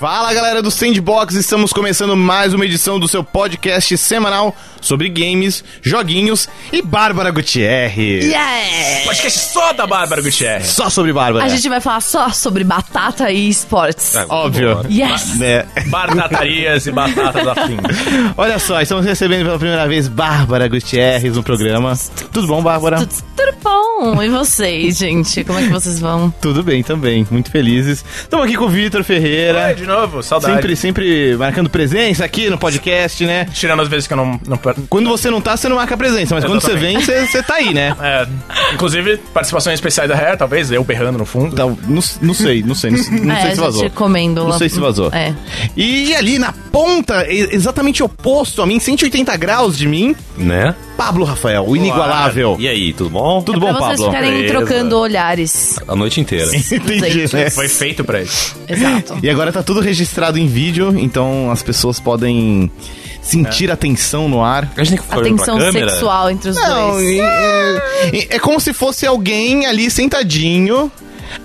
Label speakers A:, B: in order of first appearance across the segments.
A: Fala galera do Sandbox, estamos começando mais uma edição do seu podcast semanal sobre games, joguinhos e Bárbara Gutierrez.
B: Yeah!
C: Podcast só da Bárbara Gutierrez.
A: Só sobre Bárbara.
B: A gente vai falar só sobre batata e esportes.
A: Tá. Óbvio.
B: Yes!
A: Né?
C: Barnatarias e batatas afins.
A: Olha só, estamos recebendo pela primeira vez Bárbara Gutierrez no programa. Tudo bom, Bárbara?
B: Tudo, tudo bom? E vocês, gente? Como é que vocês vão?
A: Tudo bem também, muito felizes. Estamos aqui com o Vitor Ferreira.
C: Oi, de novo, saudade.
A: É. Sempre, sempre marcando presença aqui no podcast, né?
C: Tirando as vezes que eu não... não per-
A: Quando você não tá, você não marca presença, mas quando você vem, você você tá aí, né?
C: é, inclusive, participações especiais da Hair, talvez, eu berrando no fundo.
A: Então, não, não sei, não sei, não, não sei
B: É, a
A: se
B: gente
A: vazou.
B: comendo
A: Não
B: lá-
A: sei se vazou.
B: É.
A: E ali na ponta, e- exatamente oposto a mim, 180 graus de mim,
D: Né?
A: Pablo Rafael, o inigualável.
D: E aí, tudo bom?
A: Tudo
B: É pra
A: bom,
B: vocês
A: Pablo?
B: ficarem
D: Beleza.
B: trocando olhares.
D: A noite inteira.
A: Entendi,
B: Gente,
A: né?
C: Foi feito pra isso.
B: Exato.
A: E agora tá tudo registrado em vídeo, então as pessoas podem sentir a tensão no ar.
D: A gente tem que ficar olhando pra
B: Atenção
D: câmera.
B: sexual entre os
A: Não,
B: dois.
A: e- é, é como se fosse alguém ali sentadinho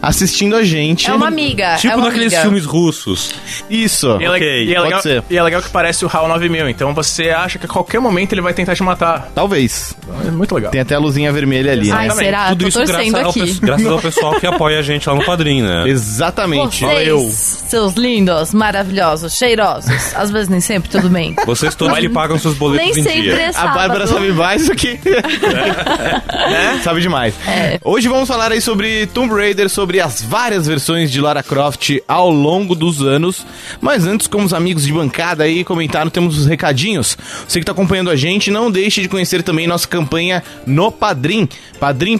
A: assistindo a gente.
B: É uma amiga.
D: Tipo
B: é uma
D: naqueles
B: amiga.
D: filmes russos.
A: Isso.
C: E é, le-
D: Ok,
C: e é
A: pode
C: legal,
A: ser.
C: e é legal que parece o HAL 9000, então você acha que a qualquer momento ele vai tentar te matar.
A: Talvez.
C: É muito legal.
A: Tem até a luzinha vermelha ali, né?
B: Ai,
C: Exatamente.
B: será?
D: Tudo
B: Ah, Tô
D: isso graças,
B: torcendo
D: ao,
B: aqui.
D: pe- graças ao pessoal que apoia a gente lá no padrinho, né?
A: Exatamente.
B: Vocês, seus lindos, maravilhosos, cheirosos. Às vezes nem sempre, tudo bem.
D: Vocês todos que pagam seus boletos
A: um
B: Nem
D: em
B: sempre
D: dia.
B: é
A: A
B: sábado.
A: Bárbara sabe mais do que. Né? Sabe demais.
B: É.
A: Hoje vamos falar aí sobre Tomb Raider, sobre as várias versões de Lara Croft ao longo dos anos. Mas antes, como os amigos de bancada aí comentaram, temos os recadinhos. Você que tá acompanhando a gente, não deixe de conhecer também nossa campanha no Padrim,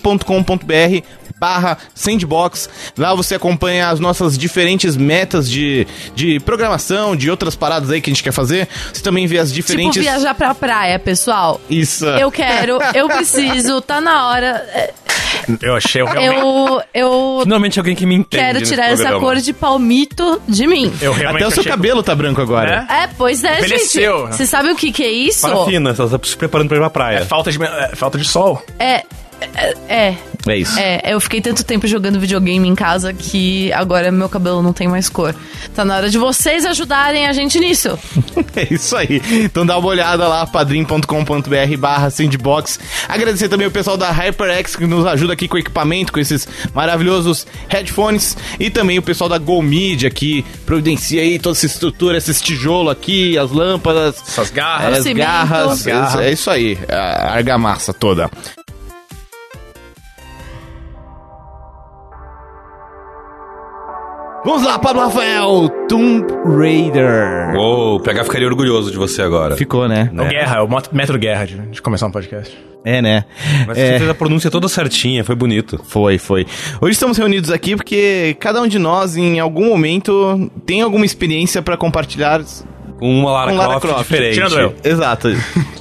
A: padrim.com.br barra Sandbox. Lá você acompanha as nossas diferentes metas de, de programação, de outras paradas aí que a gente quer fazer. Você também vê as
B: Tipo
A: diferentes...
B: viajar pra praia, pessoal.
A: Isso.
B: Eu quero, eu preciso, tá na hora. É,
C: Eu achei eu realmente...
B: Eu, eu
D: Finalmente alguém que me entende.
B: quero
D: nesse
B: tirar essa
D: programa.
B: cor de palmito de mim.
C: Eu realmente
A: Até o seu
C: achei- Né?
A: cabelo tá branco agora.
B: É, pois é,
C: Envelheceu.
B: gente. Você sabe o que que é isso?
D: Parafina, ela tá se preparando pra ir pra praia.
C: É falta de, é falta de sol.
B: É, é, é,
A: É, isso.
B: é, eu fiquei tanto tempo jogando videogame em casa que agora meu cabelo não tem mais cor. Tá na hora de vocês ajudarem a gente nisso.
A: É isso aí. Então dá uma olhada lá, padrim.com.br barra sandbox. Agradecer também o pessoal da HyperX que nos ajuda aqui com o equipamento, com esses maravilhosos headphones. E também o pessoal da Go Media que providencia aí toda essa estrutura, esses tijolos aqui, as lâmpadas.
C: Essas garras.
A: As
B: cimento.
A: garras,
B: As
C: garras.
A: é isso aí, a argamassa toda. Vamos lá, Pablo Rafael, Tomb Raider.
D: Uou, o PH ficaria orgulhoso de você agora.
A: Ficou, né?
C: É. Guerra, é o mot- método guerra de, de começar um podcast.
A: É, né?
D: Mas
A: É,
D: você fez a pronúncia toda certinha, foi bonito.
A: Foi, foi. Hoje estamos reunidos aqui porque cada um de nós, em algum momento, tem alguma experiência pra compartilhar.
D: Com uma Lara,
A: Com Lara
D: Croft,
A: Croft.
D: diferente.
C: Tirando eu.
A: Exato.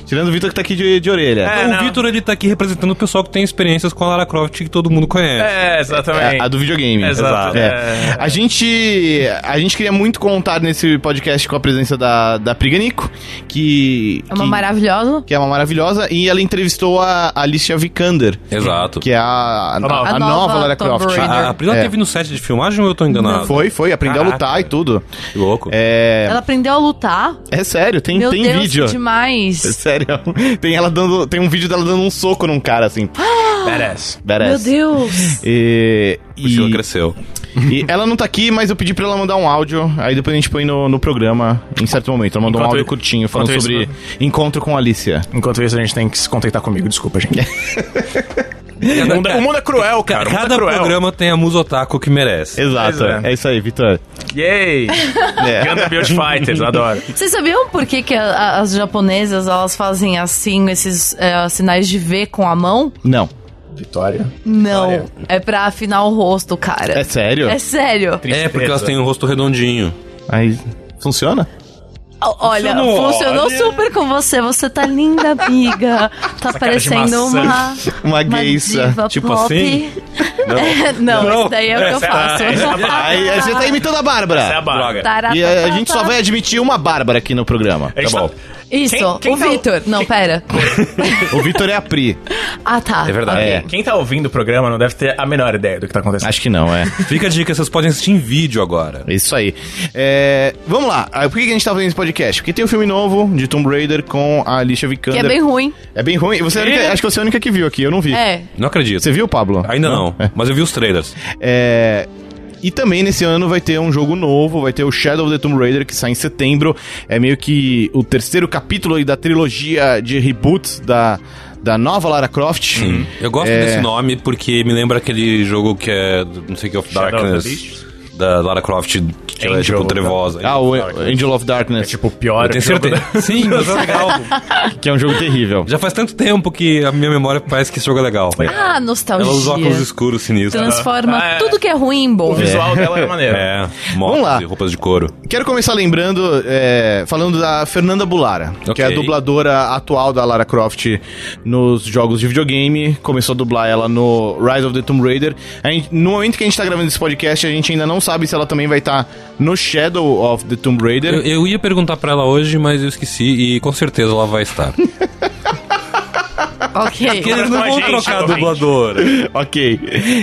A: Tirando o Vitor que tá aqui de, de orelha.
C: É,
D: o
C: não.
D: Vitor, ele tá aqui representando o pessoal que tem experiências com a Lara Croft que todo mundo conhece.
C: É, exatamente.
A: A, a do videogame.
C: Exato,
A: É.
C: é.
A: A gente. A gente queria muito contar nesse podcast com a presença da, da Priganico, que.
B: É uma
A: que,
B: maravilhosa.
A: que é uma maravilhosa. E ela entrevistou a Alicia Vikander,
D: Exato.
A: que é a, a,
C: nova.
A: a nova
B: A nova
A: Lara
B: Tomb
A: Croft.
B: Raider.
D: A, a Priscila
A: É.
D: teve no set de filmagem ou eu tô enganado?
A: Foi, foi, aprendeu
D: Caraca.
A: a lutar e tudo.
D: Que louco.
A: É,
B: Ela aprendeu a lutar.
A: é sério, tem,
B: Meu
A: tem
B: Deus,
A: vídeo. É
B: que demais.
A: Sério. Tem ela dando. Tem um vídeo dela dando um soco num cara, assim.
C: Badass.
B: Meu
A: Badass.
B: Ah, Deus.
A: E,
D: O Priscila
A: e,
D: cresceu.
A: e ela não tá aqui, mas eu pedi pra ela mandar um áudio. Aí depois a gente põe no, no programa em certo momento. Ela mandou um
C: Enquanto
A: áudio
C: i-
A: curtinho falando
C: enquanto isso,
A: sobre
C: né?
A: encontro com a Alicia.
C: Enquanto isso, a gente tem que se contentar comigo, desculpa, gente. o, mundo,
D: Cada-
C: o mundo é cruel, cara. o mundo
D: Cada
C: é cruel.
D: programa tem a musotaco que merece.
A: Exato.
C: Pois
A: É.
C: é.
A: isso aí, Vitor.
C: Yay!
A: É.
C: Gundam Build Fighters, adoro.
D: É
B: Vocês sabiam por que, que a- a- as japonesas elas fazem assim, esses é, sinais de V com a mão?
A: Não.
C: Vitória.
B: Não. É pra afinar o rosto, cara.
A: É sério?
B: É sério.
D: É, porque elas têm um rosto redondinho.
A: Aí. Funciona?
B: O- Olha,
D: Funcionou,
B: funcionou
D: olha.
B: super com você. Você tá linda, amiga. Tá parecendo
C: maçã.
B: uma.
A: Uma
B: Uma
A: gueiça.
B: diva
D: tipo
B: pop.
D: assim?
B: É, Não,
D: Não.
B: isso daí é o que eu
C: Essa-
B: faço.
C: essa-
A: Aí, aí você tá imitando a Bárbara.
C: Essa é a barra.
D: Droga.
B: Taratá.
A: E a, a gente só vai admitir uma Bárbara aqui no programa.
C: A gente
A: Tá bom.
C: tá-
B: Isso,
E: Quem- quem
B: o
E: tá-
B: Vitor. Não, pera.
A: O Vitor é a Pri.
B: Ah, tá.
E: É verdade.
A: É.
E: Quem tá ouvindo o programa não deve ter a menor ideia do que tá acontecendo.
A: Acho que não, é.
D: Fica a dica, vocês podem assistir em vídeo agora.
A: Isso aí. É, vamos lá. Ah, Por que que a gente tá fazendo esse podcast? Porque tem um filme novo de Tomb Raider com a Alicia
B: Que
A: Vikander.
B: é bem ruim.
A: É bem ruim. Você é a única- acho que você é a única que viu aqui, eu não vi.
B: É.
D: Não acredito.
A: Você viu, Pablo?
D: Ainda não, mas eu vi os trailers.
A: É, E também nesse ano vai ter um jogo novo, vai ter o Shadow of the Tomb Raider, que sai em setembro. É meio que o terceiro capítulo aí da trilogia de reboots da, da nova Lara Croft.
D: Eu gosto
A: É.
D: desse nome porque me lembra aquele jogo que é, do- não sei o que, of
E: Shadow of the
D: Darkness, da Lara Croft, que ela é tipo
E: Angel,
D: trevosa.
A: Ah, o Angel of Darkness,
E: Tipo, o pior
D: Eu tenho
E: jogo
D: certeza. Sim, mas é legal.
A: É que é um jogo terrível.
D: Já faz tanto tempo que a minha memória parece que esse jogo é legal.
B: Ah, nostalgia.
D: Ela usa óculos escuros sinistros.
B: Transforma
E: Ah, é.
B: tudo que é ruim em bom.
E: O visual dela é maneiro.
D: É,
A: Vamos lá.
D: motos e roupas de couro.
A: Quero começar lembrando, é, falando da Fernanda Bulara,
D: Ok.
A: que é a dubladora atual da Lara Croft nos jogos de videogame. Começou a dublar ela no Rise of the Tomb Raider. A gente- no momento que a gente tá gravando esse podcast, a gente ainda não sabe se ela também vai estar no Shadow of the Tomb Raider.
D: Eu, eu ia perguntar pra ela hoje, mas eu esqueci e com certeza ela vai estar.
B: É. Ok.
D: Eles não
E: Com a
D: vão
E: gente,
D: trocar a
E: com a gente.
D: dubladora.
A: ok.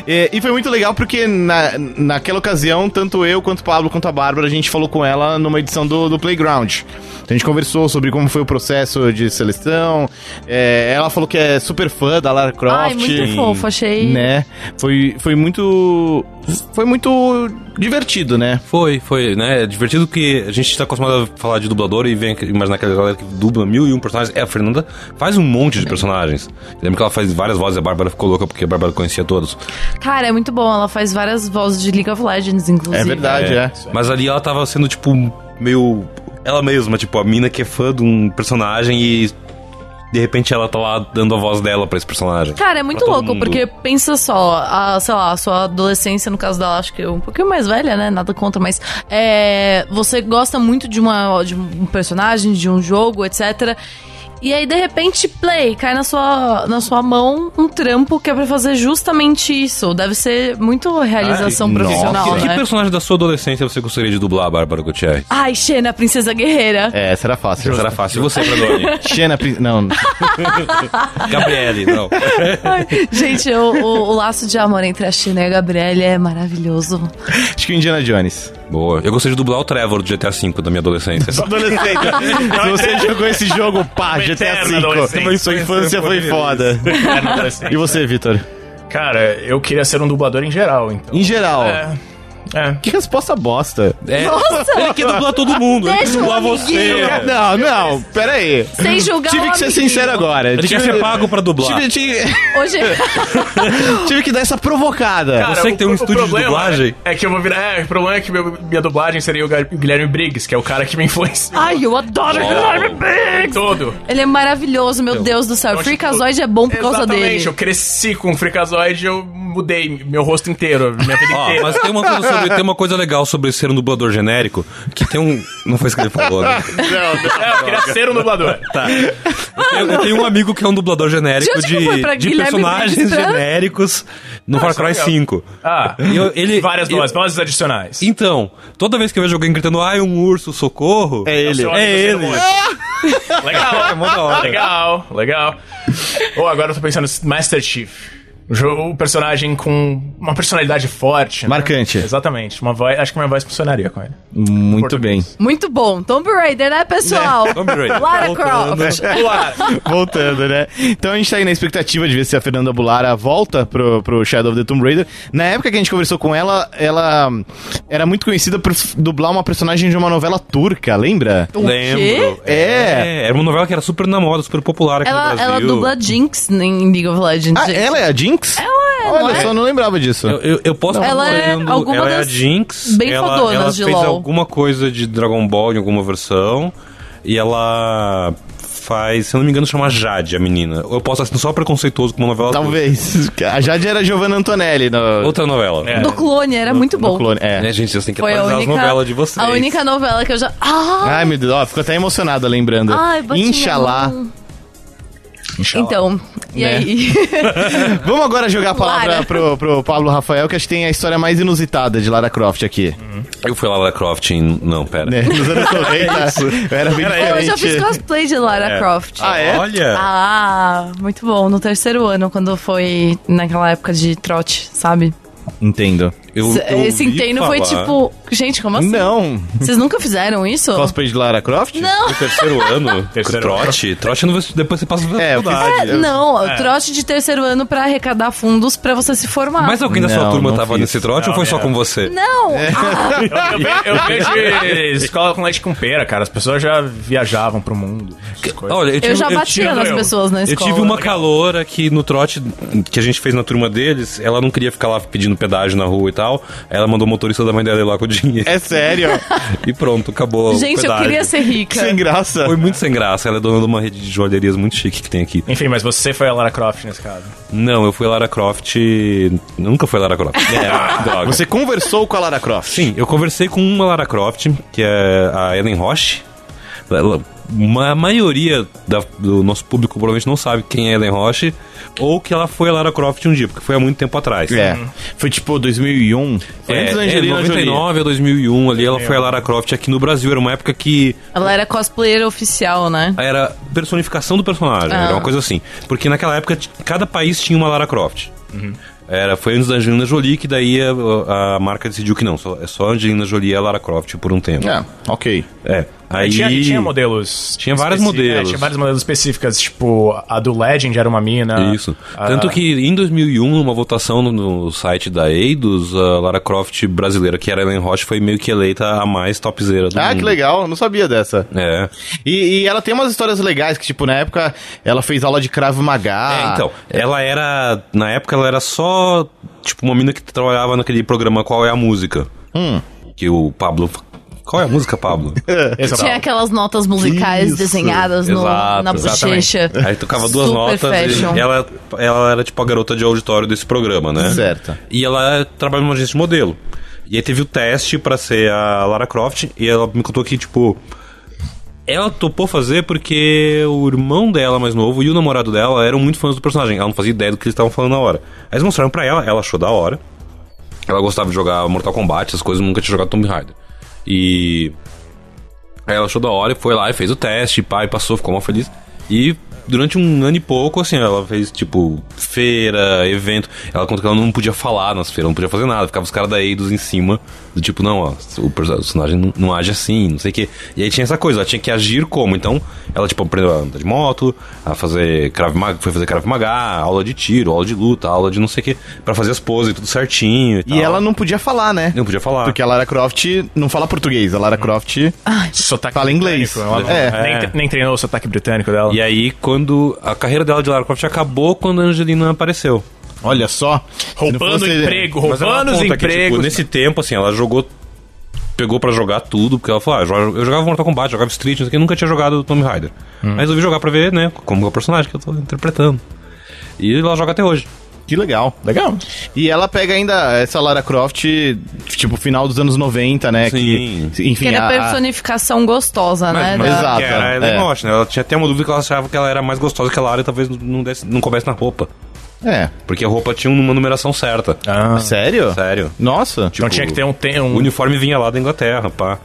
A: É, e foi muito legal porque na, naquela ocasião, tanto eu quanto o Pablo quanto a Bárbara, a gente falou com ela numa edição do, do Playground. Então a gente conversou sobre como foi o processo de seleção. É, ela falou que é super fã da Lara Croft.
B: Ai, muito fofo, achei.
A: Né? Foi, foi muito. Foi muito divertido, né?
D: Foi, foi, né? É divertido que a gente tá acostumado a falar de dublador e vem, mas naquela galera que dubla mil e um personagens. É, a Fernanda faz um monte de
E: É.
D: personagens. Lembro que ela faz várias vozes, a Bárbara ficou louca porque a Bárbara conhecia todos.
B: Cara, é muito bom. Ela faz várias vozes de League of Legends, inclusive.
A: É verdade, é.
D: Mas ali ela tava sendo, tipo, meio. Ela mesma, tipo, a mina que é fã de um personagem e. De repente ela tá lá dando a voz dela pra esse personagem.
B: Cara, é muito
D: Pra todo
B: louco,
D: mundo.
B: porque pensa só, a, sei lá, a sua adolescência, no caso dela, acho que um pouquinho mais velha, né? Nada conta, mas é, você gosta muito de, uma, de um personagem, de um jogo, etc. E aí, de repente, play, cai na sua, na sua mão um trampo que é pra fazer justamente isso. Deve ser muito realização
A: Ai,
B: profissional,
A: nossa.
D: que, que
B: né?
D: personagem da sua adolescência você gostaria de dublar, Bárbara Gutierrez?
B: Ai, Xena, Princesa Guerreira.
A: É, será fácil.
D: Será fácil. E você, Bradoni?
A: Xena, Prin- não.
D: Gabriele, não.
B: Ai, gente, o, o- o laço de amor entre a Xena e a Gabriela é maravilhoso.
A: Acho que o Indiana Jones.
D: Boa. Eu gostaria de dublar o Trevor do GTA V da minha adolescência.
A: Adolescente. Se você jogou esse jogo, pá, GTA
E: Eterno adolescente.
A: V. Sua infância foi foda.
E: É, não deve ser.
A: E você, Vitor?
E: Cara, eu queria ser um dublador em geral, então.
A: Em geral.
E: É. É.
A: Que resposta bosta.
D: É,
B: Nossa!
D: Ele quer dublar todo mundo. Ele quer
B: Deixa o
D: dublar
B: amiguinho.
D: você.
A: Não, não, pera aí.
B: Sem julgar
A: Tive
B: o
A: que ser
B: amiguinho.
A: sincero agora.
D: Ele quer
A: Tive-
D: ser pago pra dublar.
A: Tive, tive,
B: Hoje.
A: tive que dar essa provocada.
E: Cara,
D: Você que tem um
E: o- o
D: estúdio de
E: problema
D: dublagem.
E: É que eu vou virar. É, o problema é que meu- minha dublagem seria o Ga- Guilherme Briggs, que é o cara que me influenciou
B: Ai, eu adoro Guilherme Briggs!
E: todo.
B: Ele é maravilhoso, meu Deus do céu.
E: Então, tipo,
B: Freakazoid é bom por causa
E: Exatamente,
B: dele.
E: eu cresci com o Freakazoid, eu mudei meu rosto inteiro, minha vida
D: Ó,
E: inteira.
D: mas tem uma, coisa sobre- tem uma coisa legal sobre ser um dublador genérico, que tem um... Não foi isso que ele falou, né?
E: É, eu queria ser um dublador.
D: Tá. Eu tenho, eu tenho um amigo que é um dublador genérico
B: De onde que
D: de,
B: foi pra
D: de
B: Guilherme
D: personagens
B: Briggs, tá?
D: genéricos no Far
E: isso é
D: Cry
E: legal.
D: 5.
E: Ah,
D: E eu- ele-
E: várias
D: eu-
E: vozes, vozes adicionais.
D: Então, toda vez que eu vejo alguém gritando, ai, um urso, socorro...
A: É ele.
E: Seu
D: É
E: amigo
D: ele.
E: sendo bom.
D: É mó da
E: Legal,
D: hora.
E: legal, legal. Ou agora eu tô pensando em Master Chief. O jogo- O personagem com uma personalidade forte. né?
A: Marcante.
E: Exatamente. Uma voz, acho que minha voz funcionaria com ele.
A: Muito bem.
B: Muito bom. Tomb Raider, né, pessoal?
D: Tomb Raider.
B: Lara
D: Voltando.
B: Croft.
E: Olá.
A: Voltando, né? Então a gente tá aí na expectativa de ver se a Fernanda Bulara volta pro, pro Shadow of the Tomb Raider. Na época que a gente conversou com ela, ela era muito conhecida por f- dublar uma personagem de uma novela turca, lembra?
B: O quê?
D: Lembro.
A: É.
D: Era uma novela que era super na moda, super popular aqui no
B: Ela,
D: Brasil.
B: ela dubla Jinx em League of Legends.
A: Ah,
B: gente.
A: ela é a Jinx?
B: Ela é,
A: Olha
B: não é?
A: só, não lembrava disso.
D: Eu, eu, eu posso
B: Ela
D: estar
B: é
D: lendo-
B: alguma
D: ela é a
B: das
D: Jinx.
B: bem
D: ela,
B: fodonas
D: ela
B: de
D: fez
B: LOL.
D: alguma coisa de Dragon Ball em alguma versão. E ela faz, se eu não me engano, chama Jade, a menina. Ou Eu posso estar sendo só preconceituoso com uma novela.
A: Talvez. A Jade era Giovanna Antonelli no,
D: Outra novela.
E: É.
B: Do clone, era muito
A: no
B: bom.
A: clone. É.
D: Né, gente, vocês têm que
B: Foi a
D: atualizar
B: única,
D: as novelas de vocês.
B: a única novela que eu já. Ah!
A: Ai, meu Deus, ó, fico até emocionada lembrando.
B: Ai, bati minha
A: Inxalá.
B: mão.
E: Inxalá.
B: Então, e
A: Né?
B: aí?
A: Vamos agora jogar a palavra
B: Lara.
A: pro, pro Pablo Rafael, que acho que tem a história mais inusitada de Lara Croft aqui.
D: Eu fui lá Lara Croft em... Não, pera.
A: Né? Nos anos 90, era bem
E: Peraí.
B: eu já
A: diferente.
B: fiz cosplay de Lara Croft.
A: Ah, é?
D: Olha!
B: Ah, muito bom. No terceiro ano, quando foi naquela época de trote, sabe?
A: Entendo.
D: Eu,
B: Se-
D: eu
B: Esse
D: ouvi
B: entendo foi
D: falar
B: tipo. Gente, como assim?
A: Não.
B: Vocês nunca fizeram isso?
A: Cosplay de Lara Croft?
B: Não!
D: No terceiro ano,
E: Terceiro
D: trote, trote não- depois você passa pra
A: É, eu fiz-
D: faculdade.
A: Eu-
B: Não,
D: É.
B: trote de terceiro ano pra arrecadar fundos pra você se formar.
D: Mas É, alguém da sua
A: Não,
D: turma
A: não
D: tava
A: fiz.
D: nesse trote
E: Não,
D: ou foi só
E: é.
D: com você?
B: Não!
E: Eu, ve- eu vejo que escola com leite com pera, cara. As pessoas já viajavam pro mundo. essas coisas.
D: Olha,
B: Eu já
D: tive- um-
B: batia nas
E: eu-
B: pessoas na
D: Eu
B: escola.
D: tive uma caloura que no trote que a gente fez na turma deles, ela não queria ficar lá pedindo pedágio na rua e tal. aí Ela mandou o motorista da mãe dela ir lá com o dinheiro.
A: É sério? É.
D: E pronto, acabou. o
B: Gente, eu
D: pedágio.
B: queria ser rica.
A: Sem graça.
D: Foi muito sem graça. Ela é dona de uma rede de joalherias muito chique que tem aqui.
E: Enfim, mas você foi a Lara Croft nesse caso.
D: Não, eu fui Lara Croft. Nunca fui Lara Croft. É, droga.
A: Ah, Você conversou com a Lara Croft?
D: Sim, eu conversei com uma Lara Croft, que é a Ellen Roche. Ela- uma- a maioria da- do nosso público provavelmente não sabe quem é a Ellen Roche ou que ela foi a Lara Croft um dia, porque foi há muito tempo atrás.
A: É. Foi tipo 2001. Foi
D: É,
A: antes da
D: é,
A: Angelina Jolie.
D: 99 a 2001 ali, ela foi a Lara Croft aqui no Brasil. Era uma época que
B: Ela era cosplayer oficial, né?
D: era personificação do personagem,
B: Ah.
D: era uma coisa assim. Porque naquela época t- cada país tinha uma Lara Croft. Era, foi antes da Angelina Jolie que daí a, a marca decidiu que não, só, é só a Angelina Jolie e a Lara Croft por um tempo.
A: Ah, ok.
D: É. Aí
E: Tinha, tinha modelos.
D: Tinha vários
E: especi-
D: modelos.
E: é, tinha vários modelos específicas, tipo, a do Legend era uma mina. Ah,
D: Isso.
E: a-
D: Tanto que em 2001, numa um, votação no, no site da Eidos, a Lara Croft brasileira, que era a Ellen Roche, foi meio que eleita a mais topzera do
A: Ah,
D: mundo.
A: que legal. Não sabia dessa.
D: É.
A: E, e ela tem umas histórias legais que, tipo, na época ela fez aula de cravo magá.
D: É, então, ela era. Na época ela era só, tipo, uma mina que trabalhava naquele programa Qual é a Música?
A: Hum.
D: Que o Pablo. Qual é a música, Pablo?
E: Esse é
B: Tinha aquelas notas musicais
A: Isso,
B: desenhadas no-
D: exato,
B: na bochecha.
D: Aí tocava duas
B: Super
D: notas
B: fashion.
D: e ela, ela era tipo a garota de auditório desse programa, né?
A: Certo.
D: E ela trabalha numa agência de modelo. E aí teve o teste pra ser a Lara Croft e ela me contou que, tipo. Ela topou fazer porque o irmão dela mais novo e o namorado dela eram muito fãs do personagem. Ela não fazia ideia do que eles estavam falando na hora. Aí eles mostraram pra ela, ela achou da hora. Ela gostava de jogar Mortal Kombat, essas coisas, nunca tinha jogado Tomb Raider. E Aí ela achou da hora e foi lá e fez o teste, pai, passou, ficou mal feliz. E durante um ano e pouco, assim, ela fez, tipo, feira, evento. Ela conta que ela não podia falar nas feiras, não podia fazer nada. Ficava os caras da Eidos em cima, do tipo, não, ó, o perso- o personagem não, não age assim, não sei o quê. E aí tinha essa coisa, ela tinha que agir como. Então, ela, tipo, aprendeu a andar de moto, a fazer Krav Maga, foi fazer Krav Maga, aula de tiro, aula de luta, aula de não sei o quê, pra fazer as poses, tudo certinho e, tal.
A: E ela não podia falar, né?
D: Não podia falar.
A: Porque a Lara Croft não fala português. A Lara Croft.
E: sotaque
A: Fala inglês.
E: britânico, ela
A: É.
E: não- Nem, tre- nem treinou o sotaque britânico dela.
D: E aí, quando a carreira dela de Lara Croft acabou quando a Angelina apareceu.
A: Olha só.
E: Roubando
A: Se não fosse-
E: emprego,
D: Mas ela
E: roubando os
D: conta que, tipo,
E: empregos. né?
D: nesse tempo, assim, ela jogou. Pegou pra jogar tudo, porque ela falou: ah, jo- eu jogava Mortal Kombat, jogava Street, não sei o que, nunca tinha jogado Tomb Raider.
E: Hum.
D: Mas resolvi jogar pra ver, né, como é o personagem que eu tô interpretando. E ela joga até hoje.
A: Que legal.
E: Legal.
A: E ela pega ainda essa Lara Croft, tipo, final dos anos 90, né?
D: Sim.
A: Que, enfim,
B: Que era
A: a- a-
B: personificação gostosa, né?
A: mas-
B: da-
A: Exato.
D: Que era a Ellen
A: é.
D: Roche, né? Ela tinha até uma dúvida que ela achava que ela era mais gostosa que a Lara e talvez não, desse, não coubesse na roupa.
A: É.
D: Porque a roupa tinha uma numeração certa.
A: Sério?
D: Sério. Tipo,
A: Nossa.
E: Ah, Então tinha que ter um. Tem, um
D: O Ah, uniforme vinha lá da Inglaterra, pá.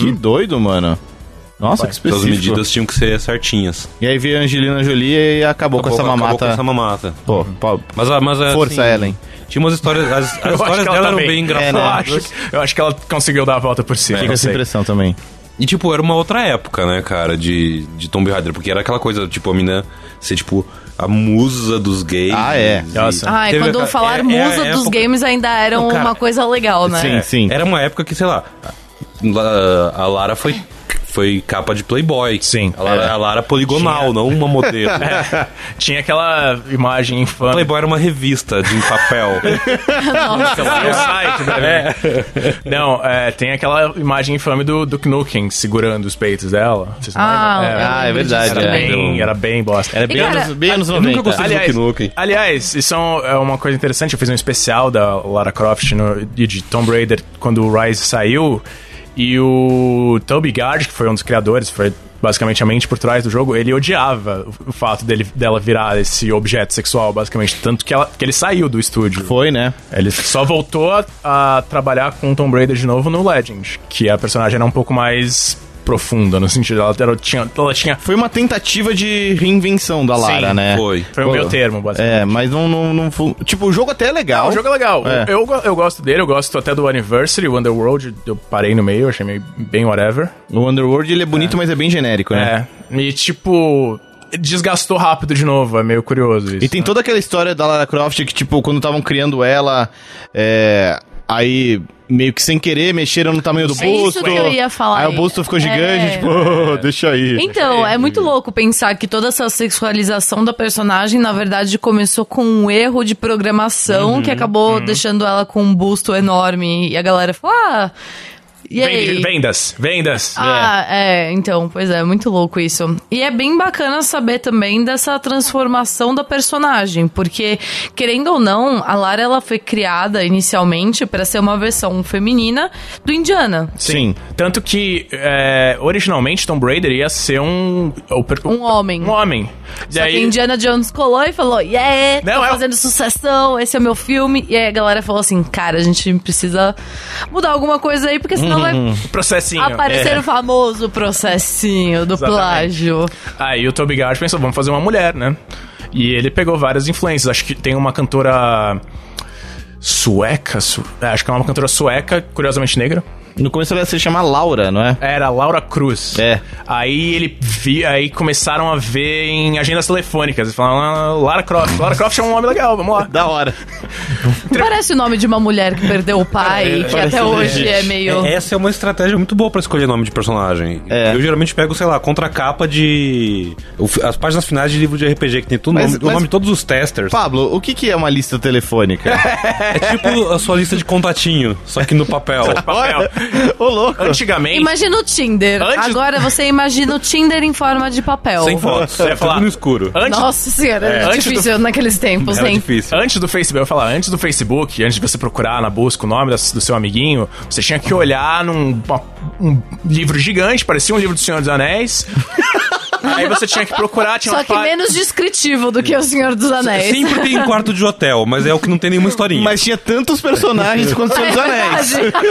A: Que doido, mano. Nossa, que
D: Então hum. as
A: específico.
D: medidas tinham que ser certinhas.
A: E aí veio a Angelina Jolie e acabou, com essa
D: Acabou- acabou
A: mamata.
D: com essa mamata.
A: Pô, pô,
D: Mas, a- mas a-
A: Força, Ellen.
D: Tinha umas histórias. As, as
E: Eu acho
D: histórias
E: que ela
D: dela
E: tá
D: eram
E: bem.
D: bem
A: É, né?
E: eu,
D: engraçadas.
E: acho, eu acho que ela conseguiu dar a volta por cima.
D: É.
A: fica
E: não
A: essa
E: sei.
A: impressão também.
D: E, tipo, era uma outra época, né, cara, de, de Tomb Raider. Porque era aquela coisa, tipo, a mina ser, tipo, a musa dos gays.
A: Ah, é.
D: E-
E: Nossa.
B: Ai,
D: Teve
B: quando
D: a-
B: falar
D: é- é a
B: musa dos
D: época-
B: games ainda era
D: Não, cara,
B: uma coisa legal,
A: Sim,
B: né?
A: sim.
D: É, Era uma época que, sei lá, la- a Lara foi, foi capa de Playboy.
E: Sim.
D: A
A: É.
D: Lara, a Lara poligonal, não uma modelo.
E: Tinha aquela imagem infame.
D: Playboy era uma revista de papel. é
B: Ah,
E: Lá no É site, né? Não, é, tem aquela imagem infame do Duke Nukem segurando os peitos dela. Vocês não
B: Ah,
E: lembram?
B: eu
A: Ah, é
B: lembro disso
A: verdade,
E: Era,
A: é.
B: também.
E: bem, era bem bosta.
A: Era bem,
B: cara,
A: anos, bem anos 90.
D: nunca gostei de
E: Aliás,
D: Duke Nukem.
E: aliás, isso é um- é uma coisa interessante. Eu fiz um especial da Lara Croft no, e de Tomb Raider quando o Rise saiu. E o Toby Gard, que foi um dos criadores, foi basicamente a mente por trás do jogo, ele odiava o- o fato dele, dela virar esse objeto sexual, basicamente. Tanto que, ela, que ele saiu do estúdio.
A: Foi, né?
E: Ele só voltou a, a trabalhar com o Tomb Raider de novo no Legend, que a personagem era um pouco mais profunda, no sentido ela, ela tinha... Ela tinha
A: Foi uma tentativa de reinvenção da Lara,
E: Sim,
A: né?
D: foi.
E: foi o meu termo, basicamente.
A: É, mas não, não, não fu- Tipo, o jogo até é legal.
E: O jogo é legal.
A: É.
E: Eu, eu gosto dele, eu gosto até do Anniversary, o Underworld, eu parei no meio, achei meio bem whatever.
A: O Underworld ele é bonito, mas é bem genérico, né?
E: É. E tipo, desgastou rápido de novo, é meio curioso isso.
A: E tem toda aquela história da Lara Croft que, tipo, quando estavam criando ela, é, aí meio que sem querer mexeram no tamanho do
B: É isso
A: busto.
B: que eu ia falar
A: Aí
B: aí.
A: o busto ficou gigante,
B: É.
A: tipo, "Oh, deixa aí.
B: Então, é muito louco pensar que toda essa sexualização da personagem, na verdade, começou com um erro de
D: Uhum,
B: programação que acabou deixando ela com um busto enorme. E a galera falou, ah. E aí?
E: Vende- Vendas, vendas.
B: Ah, é. então, pois é, muito louco isso. E é bem bacana saber também dessa transformação da personagem, porque, querendo ou não, a Lara ela foi criada inicialmente pra ser uma versão feminina do Indiana.
A: Sim.
E: Tanto que, é, originalmente, Tomb Raider ia ser um... o per-
B: Um homem.
E: Um homem. E
B: Só que Indiana Jones colou e falou: Yeah,
E: Não,
B: tô
E: é-
B: fazendo sucessão, esse é meu filme. E aí a galera falou assim: Cara, a gente precisa mudar alguma coisa aí, porque senão vai
E: o processinho.
B: aparecer
E: Uhum. É.
B: o famoso processinho do
E: Exatamente.
B: plágio.
E: Aí o Toby Gard pensou, vamos fazer uma mulher, né? E ele pegou várias influências. Acho que tem uma cantora sueca, su- é, acho que é uma cantora sueca, curiosamente negra.
A: No começo ela ia se chamar Laura, não é?
E: Era Laura Cruz.
A: É.
E: Aí ele vi, aí começaram a ver em agendas telefônicas. E falaram, "Ah, Lara Croft. Lara Croft é um homem legal, vamos lá.
A: Da hora.
B: Parece o nome de uma mulher que perdeu o pai, que
A: parece
B: até hoje
A: legítimo.
B: é meio.
D: É, Essa é uma estratégia muito boa pra escolher nome de personagem.
A: É.
D: Eu geralmente pego, sei lá, contracapa de. o fi- As páginas finais de livro de RPG, que tem tudo
A: Mas-
D: nome, o
A: mas-
D: nome de todos os testers.
A: Pablo, o que, que é uma lista telefônica?
D: É tipo a sua lista de contatinho, só que no papel.
E: Papel.
A: Ô, louco.
E: Antigamente.
B: Imagina o Tinder.
E: Antes-
B: Agora você imagina o Tinder em forma de papel.
D: Sem fotos,
E: Eu ia
D: é
E: falar-
D: tudo no escuro.
E: Antes,
B: Nossa senhora,
E: É.
B: era
E: Antes do- É
B: difícil naqueles tempos,
D: Era
B: hein?
D: difícil.
E: Antes do Facebook, eu ia falar, antes do Facebook, antes de você procurar na busca o nome das- do seu amiguinho, você tinha que olhar num uma- um livro gigante, parecia um livro do Senhor dos Anéis. Aí você tinha que procurar, tinha
B: Só
E: uma
B: que
E: pá-
B: menos descritivo do que o Senhor dos Anéis.
D: Sempre tem um quarto de hotel, mas é o que não tem nenhuma historinha.
A: Mas tinha tantos personagens quanto o Senhor dos Anéis.
B: É verdade.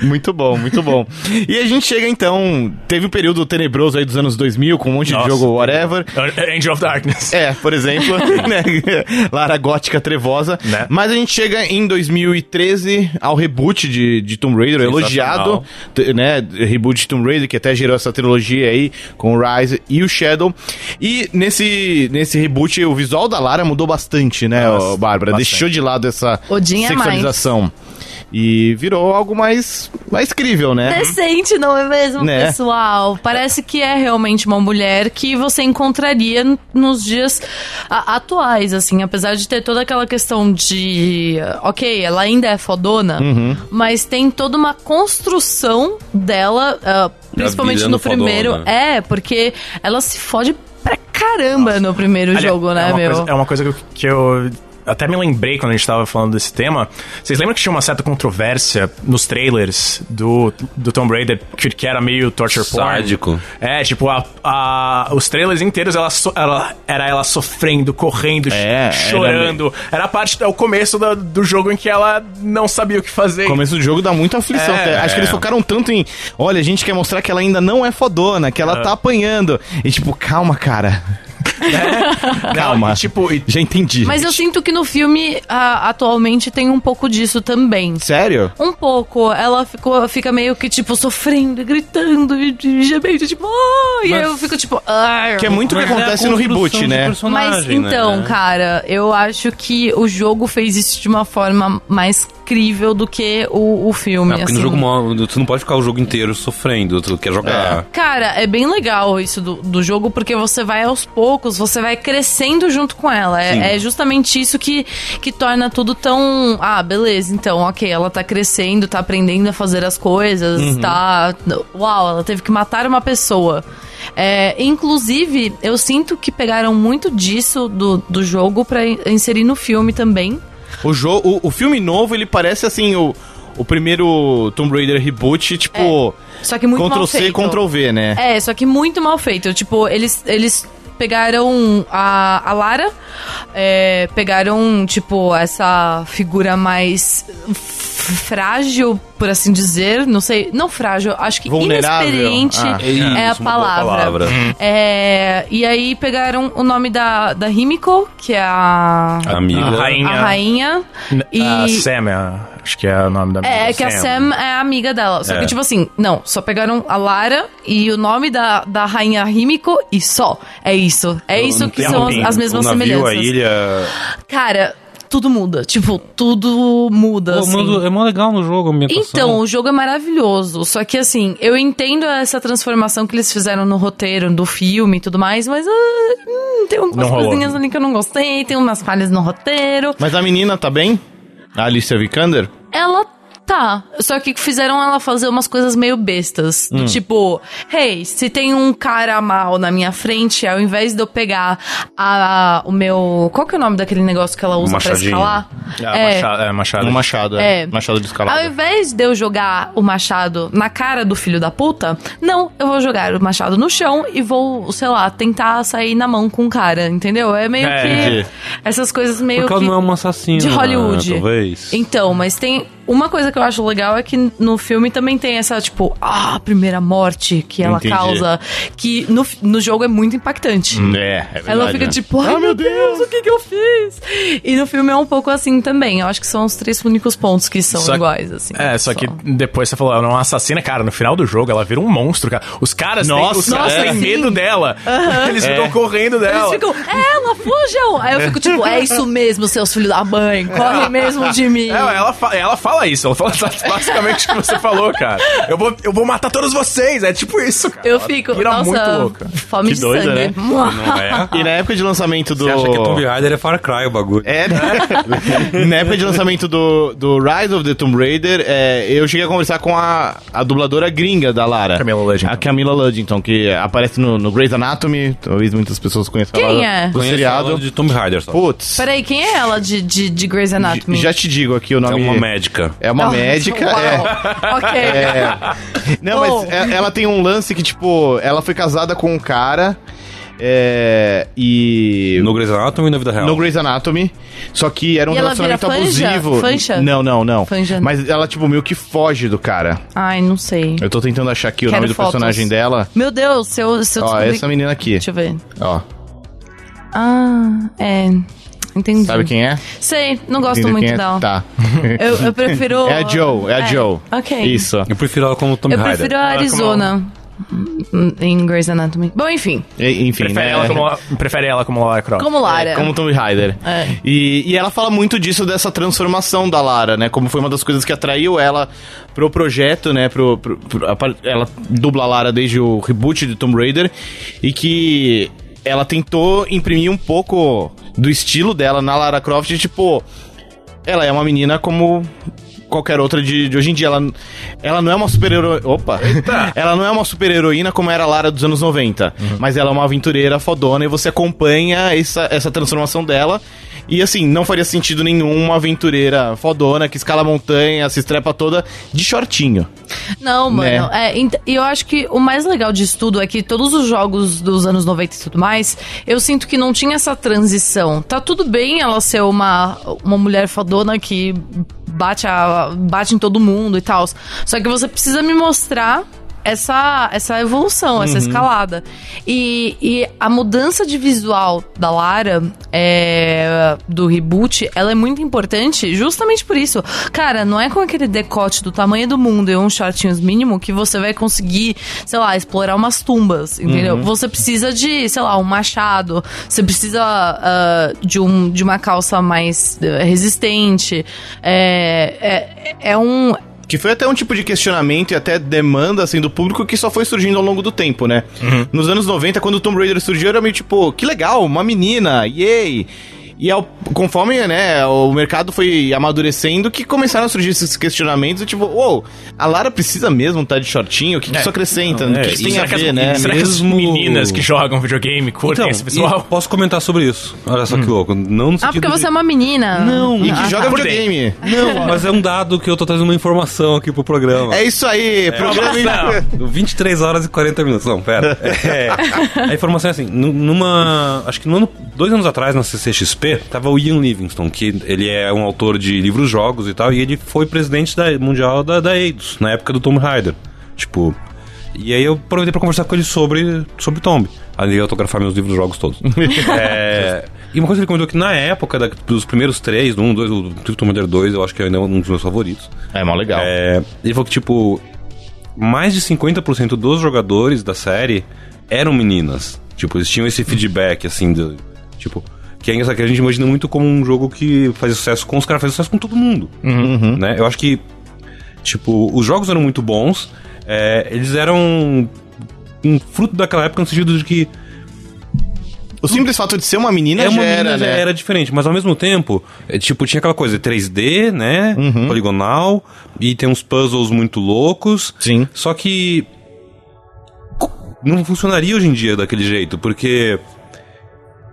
A: Muito bom, muito bom. E a gente chega então. Teve um período tenebroso aí dos anos 2000 com um monte
E: Nossa.
A: de jogo whatever.
E: Angel of Darkness.
A: É, por exemplo, né? Lara Gótica Trevosa.
E: Né?
A: Mas a gente chega em 2013 ao reboot de, de Tomb Raider, elogiado,
D: Sensacional.
A: t- né? Reboot de Tomb Raider, que até gerou essa trilogia aí com o Rise e o Shadow. E nesse, nesse reboot, o visual da Lara mudou bastante, né, ô, Bárbara?
E: bastante.
A: Deixou de lado essa
B: Odin é mais.
A: sexualização. E virou algo mais, mais crível, né?
B: Decente, não é mesmo,
A: Né?
B: pessoal? Parece que é realmente uma mulher que você encontraria n- nos dias a- atuais, assim. Apesar de ter toda aquela questão de. Ok, ela ainda é fodona,
D: Uhum.
B: mas tem toda uma construção dela, ah, principalmente
D: virando
B: no primeiro.
D: fodona.
B: É, porque ela se fode pra caramba no primeiro
E: Aliás,
B: jogo, né,
E: é uma
B: meu?
E: Coisa, é uma coisa que eu, que eu até me lembrei quando a gente tava falando desse tema. Vocês lembram que tinha uma certa controvérsia nos trailers do, do Tomb Raider que, que era meio torture porn?
D: Sádico.
E: É, tipo, a, a- os trailers inteiros ela, so- ela- era ela sofrendo, correndo, ch-
A: É, era
E: chorando. Era, a parte, é o começo da- do jogo em que ela não sabia o que fazer.
A: começo do jogo dá muita aflição.
E: É,
A: até. Acho que eles focaram tanto em. Olha, a gente quer mostrar que ela ainda não é fodona, que ela tá apanhando. E tipo, calma, cara.
E: Não,
A: Calma.
E: e, tipo, e-
A: Já entendi.
B: Mas eu sinto que no filme, ah, atualmente, tem um pouco disso também.
A: Sério?
B: Um pouco. Ela ficou, fica meio que, tipo, sofrendo, e gritando, e de- gemendo, tipo... "Ah", E aí eu fico, tipo... "Ah".
A: Que é muito o que
D: Mas é a
A: acontece no
D: construção
A: reboot,
D: de
A: né?
B: Mas,
D: personagem,
B: então,
D: né?
B: cara, eu acho que o jogo fez isso de uma forma mais crível do que o, o filme,
D: É, porque
B: assim.
D: no jogo mo- tu não pode ficar o jogo inteiro sofrendo, tu quer jogar.
B: Cara, é bem legal isso do, do jogo, porque você vai aos poucos, você vai crescendo junto com ela. É, é justamente isso que, que torna tudo tão. Ah, beleza, então, ok, ela tá crescendo, tá aprendendo a fazer as coisas, tá. Uau, ela teve que matar uma pessoa. É, inclusive, eu sinto que pegaram muito disso do, do jogo pra in- inserir no filme também.
A: O, jo o, o filme novo, ele parece assim, o. o primeiro Tomb Raider reboot, tipo.
B: Só que É. muito mal
A: Ctrl-C,
B: feito.
A: Ctrl-V, né?
B: É, só que muito mal feito. Tipo, eles, eles pegaram a, a Lara, é, pegaram, tipo, essa figura mais f- frágil, por assim dizer. Não sei, não frágil, acho que
A: Vulnerável.
B: inexperiente
A: Ah,
B: é,
D: isso,
B: a
D: uma boa
B: palavra.
D: palavra.
B: É, e aí pegaram o nome da, da Himiko, que é a,
D: Amigo.
E: A
B: a
A: Ah.
E: rainha.
B: rainha. E,
E: A Sam, é a- acho que é o nome da
B: é, que a Sam é a amiga dela. Só
D: É.
B: que, tipo assim, não, só pegaram a Lara e o nome da, da rainha Rímico e só. É isso. É isso que são as, as mesmas
D: o navio,
B: semelhanças.
D: a ilha.
B: Cara, tudo muda. Tipo, tudo muda.
D: Pô,
B: assim.
D: mano, é mó legal no jogo a ambientação.
B: Então, o jogo é maravilhoso. Só que, assim, eu entendo essa transformação que eles fizeram no roteiro, do filme e tudo mais, mas ah, hum, tem algumas
E: Não rolou.
B: coisinhas ali que eu não gostei, tem umas falhas no roteiro.
A: Mas a menina tá bem? A Alicia Vikander?
B: Ela tá. Só que fizeram ela fazer umas coisas meio bestas. Do tipo, hey, se tem um cara mal na minha frente, ao invés de eu pegar a, o meu. Qual que é o nome daquele negócio que ela usa pra
D: Machadinho.
B: escalar?
E: Machado, é, Machado.
A: Um machado, é.
B: É.
A: Machado de
B: Ao
A: escalada.
B: invés de eu jogar o machado na cara do filho da puta, não, eu vou jogar o machado no chão e vou, sei lá, tentar sair na mão com o cara, entendeu? É meio
E: É,
B: que.
A: entendi.
B: Essas coisas meio
D: Porque ela
B: que.
D: não é uma assassina.
B: de Hollywood.
D: né, Talvez.
B: Então, mas tem. Uma coisa que eu acho legal é que no filme também tem essa, tipo, ah, a primeira morte que ela
A: Entendi.
B: causa. Que no, no jogo é muito impactante.
A: É, é verdade,
B: Ela fica
A: né?
B: tipo, ai meu Deus, o que que eu fiz? E no filme é um pouco assim também. Eu acho que são os três únicos pontos que são
E: Só-
B: iguais, assim.
E: É, só que depois você falou, ela não assassina, cara. No final do jogo, ela vira um monstro, cara. Os caras
A: Nossa,
E: têm, os caras
A: é.
E: têm
B: Sim.
E: medo dela. Eles ficam correndo
B: Eles
E: dela.
B: ficam, ela, fujam! Aí eu fico tipo, é isso mesmo, seus filhos da mãe, correm mesmo de mim.
E: É, ela, fa- ela fala isso, ela fala basicamente o que você falou, cara. Eu vou, eu vou matar todos vocês, é tipo isso, cara.
B: Eu fico,
E: Vira
B: nossa,
E: muito louca.
B: fome
A: Que
B: de
A: doida,
B: sangue.
A: né?
D: Não é?
A: E na época de lançamento do.
D: Você acha que é Tomb Raider é Far Cry o bagulho.
A: É, né? na época de lançamento do, do Rise of the Tomb Raider, é, eu cheguei a conversar com a, a dubladora gringa da Lara.
E: Camila Luddington.
A: A Camila Luddington, que aparece no, no Grey's Anatomy, talvez muitas pessoas conheçam
B: Quem
A: ela
B: é?
A: do
D: Conheço ela
A: seriado.
D: de Tomb Raider só.
A: Putz,
B: Peraí, quem é ela de, de, de Grey's Anatomy?
A: já te digo aqui o
D: é
A: nome.
D: uma médica.
A: É uma
B: Nossa,
A: médica,
B: uau.
A: é.
B: Ok.
A: É. Não,
B: Oh.
A: mas é- ela tem um lance que, tipo, ela foi casada com um cara. É, e.
D: No Grey's Anatomy e na vida real.
A: No Grey's Anatomy. Só que era um
B: E ela vira
A: relacionamento
B: fanja?
A: abusivo.
B: Fanja?
A: Não, não, não.
B: Fanja.
A: Mas ela, tipo, meio que foge do cara.
B: Ai, não sei.
A: Eu tô tentando achar aqui o
B: Quero
A: nome do
B: fotos.
A: personagem dela.
B: Meu Deus, se eu, se eu
A: Ó,
B: descobrir-
A: essa menina aqui.
B: Deixa eu ver.
A: Ó.
B: Ah, é. Entendi.
A: Sabe quem é?
B: Sei, não gosto
A: Entendeu
B: muito
A: quem é?
B: dela.
A: Tá.
B: Eu, eu prefiro...
A: é a Joe, é a Joe.
B: Ok.
A: Isso.
D: Eu prefiro ela como Tomb
B: Eu
D: Raider.
B: prefiro a Arizona em Grey's Anatomy. Bom, enfim,
A: E- enfim,
E: Prefere,
A: né?
E: ela como, prefere ela como Lara Croft.
B: como Lara.
A: É, como Tomb Raider.
B: É.
A: E, e ela fala muito disso, dessa transformação da Lara, né? Como foi uma das coisas que atraiu ela pro projeto, né? Pro, pro- pro- a par- ela dubla a Lara desde o reboot de Tomb Raider. E que ela tentou imprimir um pouco do estilo dela na Lara Croft, de, tipo. Ela é uma menina como qualquer outra de, de hoje em dia. Ela, ela não é uma super heroína. Opa! ela não é uma super heroína como era a Lara dos anos 90. Mas ela é uma aventureira fodona e você acompanha essa, essa transformação dela. E assim, não faria sentido nenhum uma aventureira fodona que escala a montanha, se estrepa toda de shortinho.
B: Não,
A: Né?
B: mano. é, ent- e eu acho que o mais legal disso tudo é que todos os jogos dos anos 90 e tudo mais, eu sinto que não tinha essa transição. Tá tudo bem ela ser uma, uma mulher fadona que bate, a, bate em todo mundo e tal. Só que você precisa me mostrar. Essa, essa evolução,
D: Uhum.
B: essa escalada. E, e a mudança de visual da Lara, é, do reboot, ela é muito importante justamente por isso. Cara, não é com aquele decote do tamanho do mundo e uns shortinhos mínimo que você vai conseguir, sei lá, explorar umas tumbas, entendeu?
D: Uhum.
B: Você precisa de, sei lá, um machado, você precisa ah, de, um, de uma calça mais eh, resistente. É, é, é um.
A: Que foi até um tipo de questionamento e até demanda, assim, do público que só foi surgindo ao longo do tempo, né? Nos anos 90, quando o Tomb Raider surgiu, era meio tipo, que legal, uma menina, yay! E ao- conforme né, o mercado foi amadurecendo, que começaram a surgir esses questionamentos, tipo, uou, a Lara precisa mesmo estar de shortinho? O que, que
E: É.
A: isso acrescenta? o que, que isso tem a
E: será que
A: ver,
E: as,
A: né?
E: será que as
D: Mesmo-
E: meninas que jogam videogame curtem
D: Então,
E: esse
D: e
E: pessoal?
D: posso comentar sobre isso. Olha só que louco. Não no
B: Ah,
D: sentido
B: porque você
D: de-
B: é uma menina.
D: Não,
A: E que
B: Ah,
A: joga
B: tá.
A: videogame.
D: Não, mas é um dado que eu tô trazendo uma informação aqui pro programa.
A: É isso aí, programa...
E: Não.
D: 23 horas e 40 minutos. Não, pera. É, a informação é assim: nu- numa. Acho que no ano, dois anos atrás, na CCXP, tava o Ian Livingston, que ele é um autor de livros jogos e tal, e ele foi presidente da, mundial da, da Eidos, na época do Tomb Raider. Tipo. E aí eu aproveitei pra conversar com ele sobre, sobre Tomb. Ali eu autografar meus livros jogos todos. É, e uma coisa que ele comentou que na época da- dos primeiros três, do 1, 2, o Tomb Raider 2, eu acho que ainda é um dos meus favoritos.
A: É mó legal.
D: É, ele falou que, tipo, mais de 50% dos jogadores da série eram meninas. Tipo, eles tinham esse feedback, assim, de, tipo... Que é engraçado, que a gente imagina muito como um jogo que faz sucesso com os caras, faz sucesso com todo mundo.
A: Uhum.
D: Né? Eu acho que, tipo, os jogos eram muito bons, é, eles eram um fruto daquela época no sentido de que
A: O simples fato de ser uma menina
D: é uma
A: já era,
D: menina, já
A: né?
D: era diferente, mas ao mesmo tempo, é, tipo, tinha aquela coisa 3D, né?
A: Uhum.
D: Poligonal, e tem uns puzzles muito loucos.
A: Sim.
D: Só que. co- Não funcionaria hoje em dia daquele jeito, porque.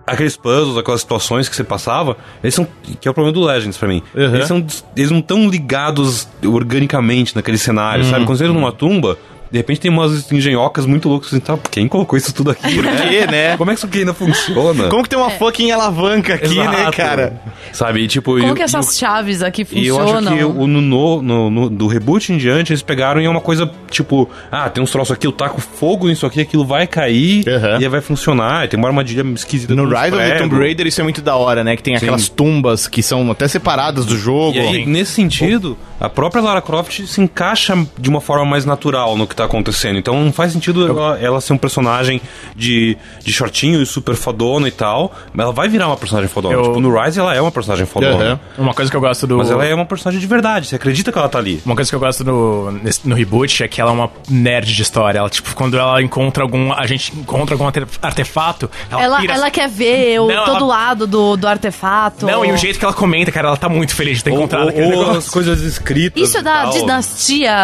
D: Aqueles puzzles, aquelas situações que você passava, eles são. Que é o problema do Legends pra mim.
A: Uhum.
D: Eles, são, des- eles não estão ligados organicamente naquele cenário, sabe? Quando você
A: Uhum.
D: entra numa tumba, de repente tem umas engenhocas muito loucas assim, tá? Quem colocou isso tudo aqui? Por
A: quê, né?
D: Como é que isso aqui ainda funciona?
A: Como que tem uma fucking alavanca aqui, né,
D: Exato.
A: cara?
D: Sabe, e, tipo...
B: Como
D: e-
B: que essas chaves aqui
D: e eu acho
B: funcionam?
D: que o, no, no- no- no- do reboot em diante, eles pegaram e é uma coisa, tipo... Ah, tem uns troços aqui, eu taco fogo nisso aqui, aquilo vai cair
A: Aham.
D: e aí vai funcionar. e Tem uma armadilha esquisita.
A: No
D: com uns
A: Rise of the
D: pregos.
A: Tomb Raider isso é muito da hora, né? Que tem aquelas tumbas que são até separadas do jogo.
D: E aí, nesse sentido, a própria Lara Croft se encaixa de uma forma mais natural no que tá acontecendo. Então não faz sentido ela, ela ser um personagem de, de shortinho e super fodona e tal. Mas ela vai virar uma personagem fodona.
E: Eu-
D: Tipo, no Rise ela é uma personagem fodona.
A: Aham.
E: Uma coisa que eu gosto do.
D: Mas ela é uma personagem de verdade, você acredita que ela tá ali.
E: Uma coisa que eu gosto no, nesse- no reboot é que ela é uma nerd de história. Ela, tipo, quando ela encontra algum. A gente encontra algum arte- artefato, ela,
B: Ela,
E: pira-
B: ela quer ver o,
E: Não,
B: todo
E: ela-
B: lado do, do artefato.
E: Não, e o jeito que ela comenta, cara, ela tá muito feliz de ter encontrado aquele
D: ou
E: negócio.
D: as coisas escritas.
B: Isso é
D: e
B: da
D: tal.
B: dinastia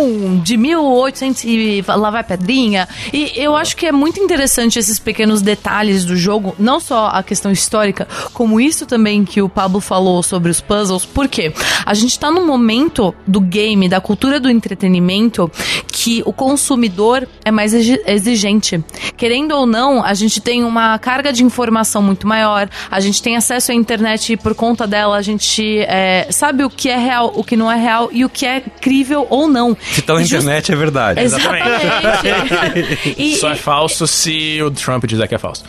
B: 1, de 1800 e lá vai pedrinha. E eu acho que é muito interessante esses pequenos detalhes do jogo, não só a questão histórica, como isso também que o Pablo falou sobre os puzzles. Por quê? A gente tá num momento do game, da cultura do entretenimento, que o consumidor é mais exi- exigente. Querendo ou não, a gente tem uma carga de informação muito maior, a gente tem acesso à internet e por conta dela a gente é, sabe o que é real, o que não é real e o que é crível ou não.
D: Se tá na
B: E jus-
D: internet, é verdade.
B: Exatamente. e,
E: Só é falso se o Trump dizer que é falso.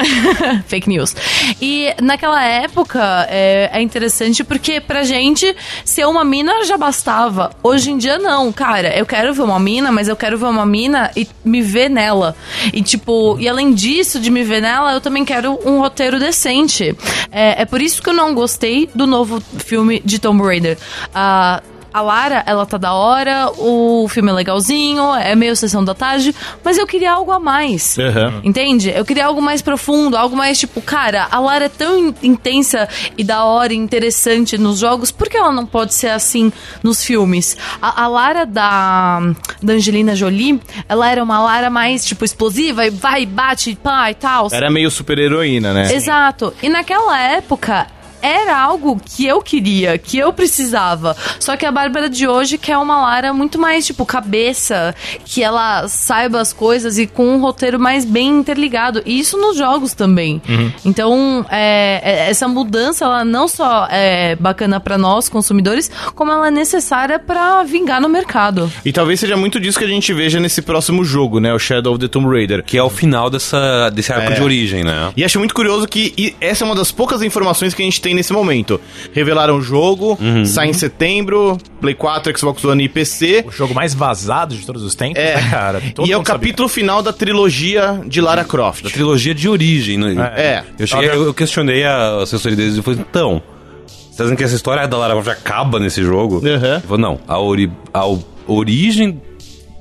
B: fake news. E naquela época é, é interessante porque pra gente ser uma mina já bastava. Hoje em dia não, cara. Eu quero ver uma mina, mas eu quero ver uma mina e me ver nela. E tipo, e além disso de me ver nela, eu também quero um roteiro decente. É, é por isso que eu não gostei do novo filme de Tomb Raider. Ah, a Lara, ela tá da hora, o filme é legalzinho, é meio sessão da tarde, mas eu queria algo a mais. Entende? Eu queria algo mais profundo, algo mais tipo, cara, a Lara é tão in- intensa e da hora, e interessante nos jogos, por que ela não pode ser assim nos filmes? A, a Lara da, da Angelina Jolie, ela era uma Lara mais, tipo, explosiva e vai, bate, pá e tal.
A: Era meio super heroína, né?
B: Exato. E naquela época era algo que eu queria, que eu precisava. Só que a Bárbara de hoje quer uma Lara muito mais, tipo, cabeça, que ela saiba as coisas e com um roteiro mais bem interligado. E isso nos jogos também. Então, é, é, essa mudança, ela não só é bacana pra nós, consumidores, como ela é necessária pra vingar no mercado.
A: E talvez seja muito disso que a gente veja nesse próximo jogo, né? O Shadow of the Tomb Raider.
D: Que é o final dessa, desse arco de origem, né?
A: E acho muito curioso que e- essa é uma das poucas informações que a gente tem nesse momento. Revelaram o jogo, sai em setembro, Play 4, Xbox One e PC.
E: O jogo mais vazado de todos os tempos,
A: É.
E: né, cara? Todo
A: e é o
E: mundo sabia.
A: capítulo final da trilogia de Lara Croft.
D: Trilogia de origem, né?
A: É.
D: Eu, cheguei, eu, eu questionei a assessoria deles e falei, então, você tá dizendo que essa história da Lara Croft acaba nesse jogo?
A: Uhum.
D: Ele falou, não, a, ori a o- origem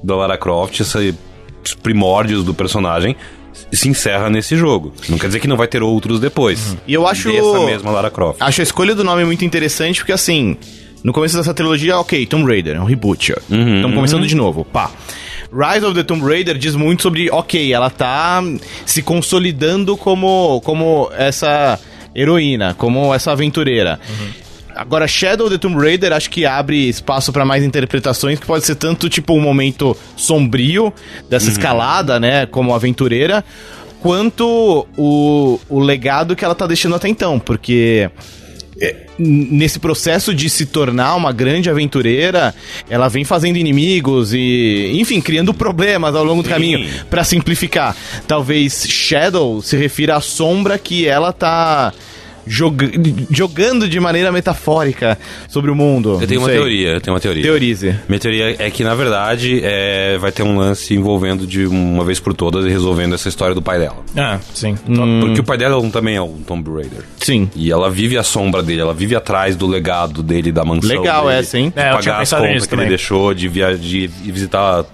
D: da Lara Croft, essa, os primórdios do personagem, se encerra nesse jogo. Não quer dizer que não vai ter outros depois.
A: E eu acho-
D: Dessa mesma Lara Croft.
A: Acho a escolha do nome muito interessante, porque assim, no começo dessa trilogia, ok, Tomb Raider, é um reboot. ó. Estamos começando de novo, pá. Rise of the Tomb Raider diz muito sobre, ok, ela tá se consolidando como, como essa heroína, como essa aventureira. Agora, Shadow of the Tomb Raider acho que abre espaço pra mais interpretações, que pode ser tanto tipo um momento sombrio dessa escalada, né, como aventureira, quanto o, o legado que ela tá deixando até então, porque é, n- nesse processo de se tornar uma grande aventureira, ela vem fazendo inimigos e, enfim, criando problemas ao longo do caminho. Pra simplificar, talvez Shadow se refira à sombra que ela tá joga- jogando de maneira metafórica sobre o mundo.
D: Eu tenho
A: Não
D: uma
A: sei.
D: teoria, eu tenho uma teoria.
A: Teorize.
D: Minha teoria é que, na verdade, é, vai ter um lance envolvendo de uma vez por todas e resolvendo essa história do pai dela.
E: Ah, sim.
A: Hum, né?
D: Porque o pai dela também é um Tomb Raider.
A: Sim.
D: E ela vive a sombra dele, ela vive atrás do legado dele, da mansão.
A: Legal
D: dele,
A: essa, hein?
D: De
E: É, eu
D: pagar
E: tinha
D: as
E: pensado
D: contas
E: nisso
D: que ele
E: também.
D: deixou, de viajar, de ir visitar.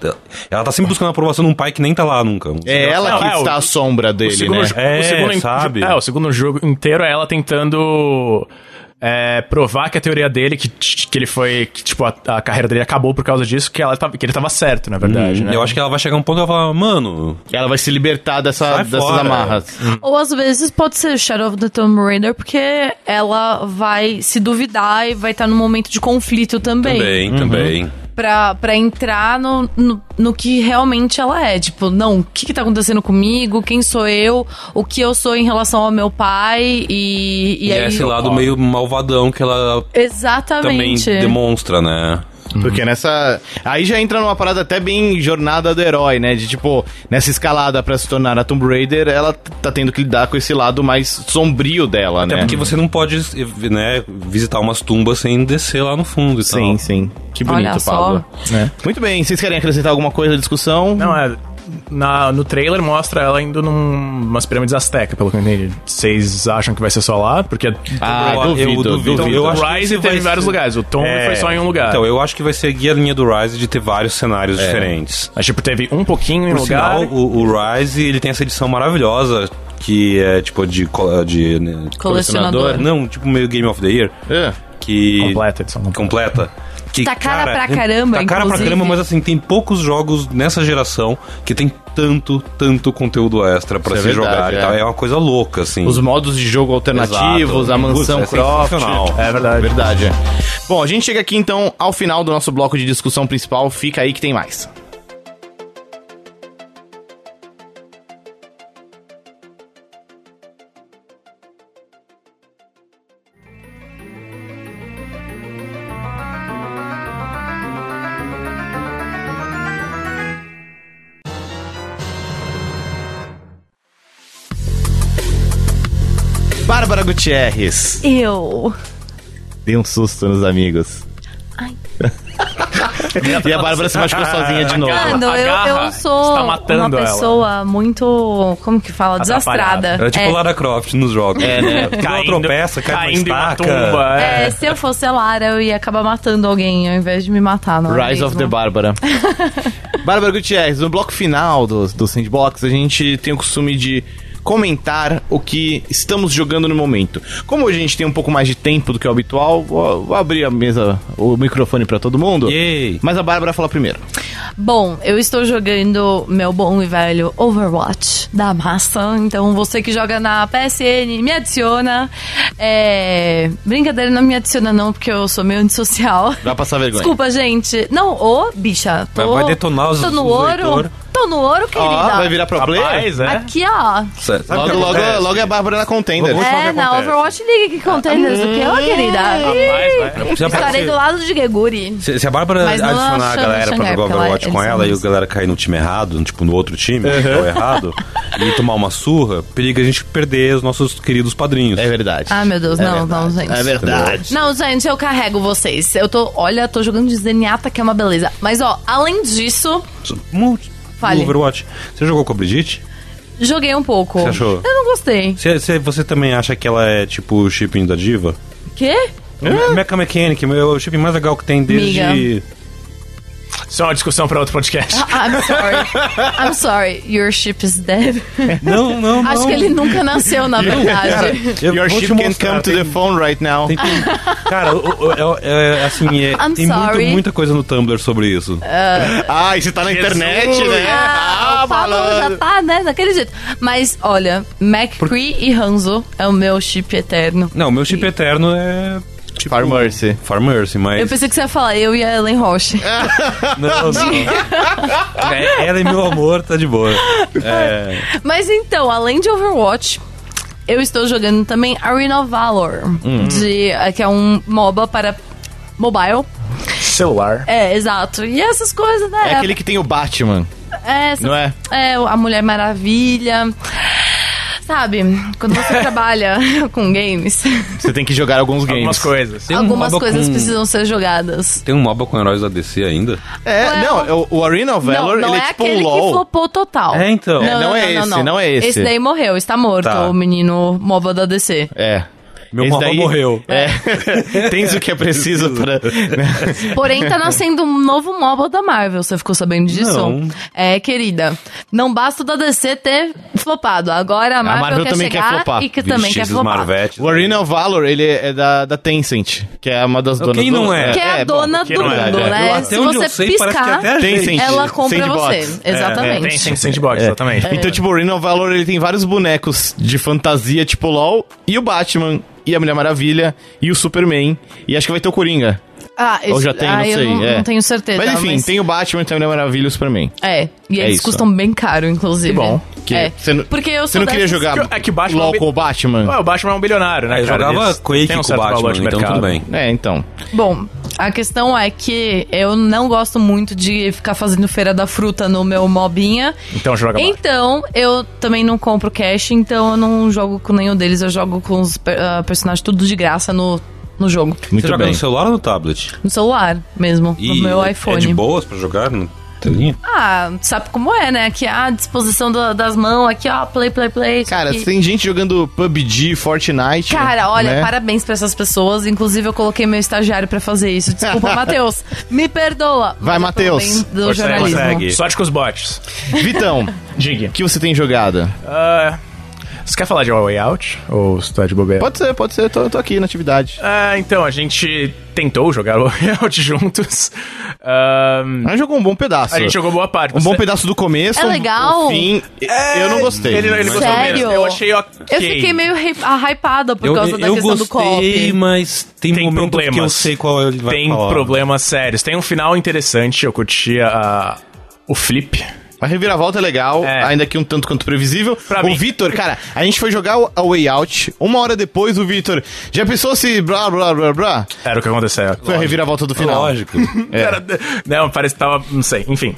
D: Ela tá sempre buscando a aprovação de um pai que nem tá lá nunca.
A: É ela
E: Não,
A: que
E: é,
A: está
E: o-
A: à sombra
E: O
A: dele,
E: segundo,
A: né?
E: jo-
D: É,
E: o segundo in-
D: sabe?
E: É, o segundo jogo inteiro é ela tentando é, provar que a teoria dele, que, que ele foi. Que, tipo, a, a carreira dele acabou por causa disso, que, ela tava- que ele tava certo, na verdade,
A: Uhum.
E: né?
D: Eu acho que ela vai chegar um ponto e ela vai falar, mano,
A: Ela vai se libertar dessa,
D: Sai
A: dessas
D: fora.
A: amarras.
B: Ou às vezes pode ser Shadow of the Tomb Raider, porque ela vai se duvidar e vai estar num momento de conflito também.
D: também,
B: Uhum.
D: também.
B: Pra, pra entrar no, no, no que realmente ela é. Tipo, não, o que, que tá acontecendo comigo? Quem sou eu? O que eu sou em relação ao meu pai? E, e,
D: E, é
B: aí.
D: esse lado meio malvadão que ela também
B: Exatamente.
D: demonstra, né?
A: Porque nessa. Aí já entra numa parada até bem jornada do herói, né? De tipo, nessa escalada pra se tornar a Tomb Raider, ela t- tá tendo que lidar com esse lado mais sombrio dela,
D: Até
A: né?
D: É, porque você não pode, né, visitar umas tumbas sem descer lá no fundo então.
A: Sim,
D: e tal.
A: sim. Que
B: Olha
A: bonito,
B: só.
A: Pablo.
E: É.
A: Muito bem, vocês querem acrescentar alguma coisa à discussão?
E: Não, é. Na, no trailer mostra ela indo numas pirâmides azteca, pelo que eu entendi. Vocês acham que vai ser só lá? Porque
A: Ah,
D: Eu-
A: duvido,
D: eu duvido.
A: duvido.
D: então, Eu
E: o
D: acho que
E: Rise
D: esse
E: teve
D: vai
E: em vários
D: ser-
E: lugares. O Tomb
D: É.
E: foi só em um lugar.
D: Então, eu acho que vai seguir a linha do Rise de ter vários cenários diferentes.
E: Mas, tipo, teve um pouquinho em um
D: Por
E: lugar.
D: sinal, o, o Rise, ele tem essa edição maravilhosa que é tipo de... co- de né,
B: Colecionador.
D: Não, tipo meio Game of the Year.
A: É.
D: Que...
E: Completa a edição
D: Completa. Que,
B: Tá cara pra caramba,
D: Tá cara pra
B: inclusive.
D: caramba, mas assim, tem poucos jogos nessa geração que tem tanto, tanto conteúdo extra pra
A: Isso é
D: se
A: verdade,
D: jogar. e
A: é.
D: tal. É. uma coisa louca, assim.
A: Os modos de jogo alternativos,
D: Exato.
A: a mansão
D: Putz, é
A: Croft.
D: sensacional.
E: É verdade.
A: Verdade, é. Bom, a gente chega aqui então ao final do nosso bloco de discussão principal. Fica aí que tem mais. Bárbara Gutierrez.
B: Eu.
A: Dei um susto nos amigos.
B: Ai.
A: e a Bárbara se machucou sozinha de novo.
B: Mano, eu,
E: agarra,
B: eu sou
E: está
B: uma
E: matando ela.
B: pessoa muito. Como que fala?
E: Atrapalhada.
B: Desastrada.
D: Era tipo
B: É.
D: Lara Croft nos jogos. É, né? Caindo, tropeça, cai
E: caindo em
D: uma
E: uma
D: estaca.
E: tumba.
B: É, se eu fosse a Lara, eu ia acabar matando alguém ao invés de me matar. Não é
A: Rise of
B: mesmo?
A: the Bárbara. Bárbara Gutierrez, no bloco final do, do Sandbox, a gente tem o costume de comentar o que estamos jogando no momento. Como hoje a gente tem um pouco mais de tempo do que o habitual, vou, vou abrir a mesa, o microfone pra todo mundo.
D: Yay.
A: Mas a Bárbara fala primeiro.
B: Bom, eu estou jogando meu bom e velho Overwatch da massa. Então você que joga na PSN, me adiciona. É... Brincadeira, não me adiciona não, porque eu sou meio antissocial.
A: Vai passar vergonha.
B: Desculpa, gente. Não, ô, bicha. Tô,
D: Vai- vai detonar os-
B: Tô no
D: os
B: ouro.
D: leitor. Ah,
B: Tô no ouro,
A: Ó,
B: querida.
A: vai virar pro player?
E: Rapaz,
D: né?
E: é.
B: Aqui, ó.
D: Sabe o que
A: Logo, logo,
D: acontece?
A: logo é a Bárbara na contender.
D: Vamos-
B: É,
D: Sabe o que
B: na
D: acontece? Ah,
B: Overwatch League que contenders do que, ó, querida.
E: Rapaz, vai.
D: Já
B: Estarei
D: apareceu.
B: do lado de Geguri.
D: Se, se a Bárbara
B: Mas não
D: adicionar a
B: achando
D: galera pra
B: Xangai,
D: jogar
B: porque ela-
D: Overwatch com
B: eles
D: ela
B: são
D: e o galera cair no time errado, tipo no outro time, que é o errado, e tomar uma surra, periga a gente perder os nossos queridos padrinhos.
A: É verdade.
B: Ah, meu Deus,
A: É
B: não, não,
A: verdade.
B: gente.
A: É verdade.
B: Não, gente, eu carrego vocês. Eu tô, olha, tô jogando de Zenyatta, que é uma beleza. Mas, ó, além disso,
D: Multi-
B: Fale.
D: Overwatch. Você jogou com a Brigitte?
B: joguei um pouco.
D: Você achou?
B: Eu não gostei.
D: Você, você- você também acha que ela é tipo o shipping da diva?
B: Quê?
D: é Mecha Mechanic, é o shipping mais legal que tem desde.
B: Miga.
E: Isso é uma discussão pra outro podcast.
B: I'm sorry. I'm sorry. Your ship is dead.
D: Não, não, não.
B: Acho que ele nunca nasceu, na verdade.
D: Eu
A: Your
D: vou te
A: ship can
D: mostrar,
A: come to
E: né?
D: tem-
A: the phone right now.
D: Tem, tem- cara, o- o- é- é, assim, é-
B: I'm
D: tem muito-
B: sorry.
D: muita coisa no Tumblr sobre isso.
A: Ah, e você tá na internet, né?
B: Ah, o Pablo já tá, né? Daquele jeito. Mas, olha, McCree e Hanzo é o meu chip eterno.
D: Não, meu chip eterno é. Tipo,
A: Far Mercy.
D: Farmercy,
A: É
D: mas.
B: Eu pensei que você ia falar eu e a Ellen Roche.
D: Não, não. É, ela é meu amor, tá de boa. É,
B: Mas então, além de Overwatch, eu estou jogando também Arena of Valor,
A: Hum.
B: de, é, que é um MOBA para mobile.
E: Celular.
B: É, exato. E essas coisas, né?
A: É aquele que tem o Batman.
B: É, essas-
A: Não é?
B: é, a Mulher Maravilha. Sabe, quando você trabalha com games,
A: Você tem que jogar alguns
E: Algumas
A: games.
E: coisas.
D: tem um
B: algumas
D: MOBA
B: coisas
D: com-
B: precisam ser jogadas.
D: Tem um MOBA com heróis da DC ainda?
A: É,
B: Well,
A: não, é o- o Arena of Valor,
B: não, não
A: ele é,
B: é,
A: tipo um
B: aquele que
A: LOL.
B: flopou total.
D: É, então.
A: É, não é esse, não é esse.
B: Esse daí morreu, está morto,
D: Tá.
B: o menino MOBA da DC.
A: É.
D: Meu
A: Esse
D: mapa morreu.
A: É. Tens o que é preciso para.
B: Porém, tá nascendo um novo MOBA da Marvel, você ficou sabendo disso?
D: Não.
B: É, querida, não basta o da DC ter flopado, agora a Marvel,
A: Marvel
B: quer
A: também quer
B: chegar
A: flopar.
B: e que também quer
D: Vixe,
B: flopar.
D: Marvete.
A: O Arena of Valor, ele é da, da Tencent, que é uma das donas
D: Quem
A: do-
D: não é?
B: Que é, a
A: bom,
B: dona
A: quem
B: do
A: não é,
B: mundo,
A: é.
B: né?
D: Eu, até
B: Se
D: onde eu
B: você
D: sei, parece que
B: piscar,
D: até a gente-
A: Tencent.
B: ela compra
A: Sandbox.
B: você.
A: É,
B: Exatamente.
E: Tem sim, sandbox,
A: É.
E: exatamente.
A: Então, tipo, o Reno Valor ele tem vários bonecos de fantasia, tipo LOL, e o Batman, e a Mulher Maravilha, e o Superman, e acho que vai ter o Coringa.
B: Ah,
A: Ou
B: isso-
A: já tem,
B: ah,
A: não
B: eu
A: sei.
B: não,
A: é.
B: não tenho certeza.
A: Mas enfim, tem o Batman, tem a Mulher Maravilha e o Superman.
B: É, e
A: É
B: eles
A: isso.
B: custam bem caro, inclusive.
A: Que bom. Que
B: é.
A: você não-
B: Porque eu
A: Você
B: sou
A: não queria
B: dessas-
A: jogar
E: É que o Batman-
A: LOL com o Batman?
E: Ué, o Batman é um bilionário, né?
D: Eu
E: cara?
D: jogava
E: Eles
D: Quake
E: têm
D: com
E: um
D: o
E: certo valor
D: Batman,
E: de
D: então
E: mercado.
D: tudo bem.
A: É, então.
B: Bom, a questão é que eu não gosto muito de ficar fazendo feira da fruta no meu mobinha.
E: Então joga Batman.
B: Então, eu também não compro cash, então eu não jogo com nenhum deles, eu jogo com os per- ah, personagens tudo de graça no, no jogo.
D: Você
A: Muito
D: joga
A: bem.
D: no celular ou no tablet?
B: No celular mesmo, no meu iPhone.
D: É de boas pra jogar na telinha?
B: Ah, sabe como é, né? Que a disposição do- das mãos aqui, ó, play, play, play.
A: Cara,
B: e...
A: tem gente jogando PUBG, Fortnite.
B: Cara, olha,
A: né?
B: parabéns pra essas pessoas. Inclusive, eu coloquei meu estagiário pra fazer isso. Desculpa, Matheus. Me perdoa.
A: Vai,
B: Mas eu tô
A: Matheus.
B: bem Do
D: Consegue,
B: jornalismo.
D: consegue.
E: Sorte com os bots.
A: Vitão,
E: Diga.
A: o que você tem jogado?
E: Ah, você quer falar de All Way Out? Ou você tá de bobeira?
A: Pode ser, pode ser, eu tô, eu tô aqui na atividade.
E: Ah, então, a gente tentou jogar All Way Out juntos. Ahn,
A: Mas jogou um bom pedaço.
E: a gente jogou boa parte.
A: Um bom
E: Você-
A: pedaço do começo.
B: É
A: um-
B: legal.
A: o fim. E- Eu não gostei.
E: Ele, ele
D: Mas-
E: gostou
B: Sério?
E: mesmo. Eu achei ok.
B: Eu fiquei meio hy- ah, hypada por
D: Eu,
B: causa da
D: eu
B: questão do
D: gostei,
B: co-op.
D: mas tem,
E: Tem
D: momentos que eu
E: problemas.
D: sei qual ele vai
E: Tem
D: falar.
E: problemas sérios. Tem um final interessante, eu curti a- o flip.
A: A reviravolta é legal,
E: É.
A: ainda que um tanto quanto previsível.
E: Pra
A: o
E: mim.
A: Vitor, cara, a gente foi jogar o- a Way Out. Uma hora depois, o Vitor. Já pensou se blá blá blá blá?
E: Era o que aconteceu.
A: Foi a reviravolta do final.
D: Lógico.
E: Era- não, parece que tava. Não sei, enfim.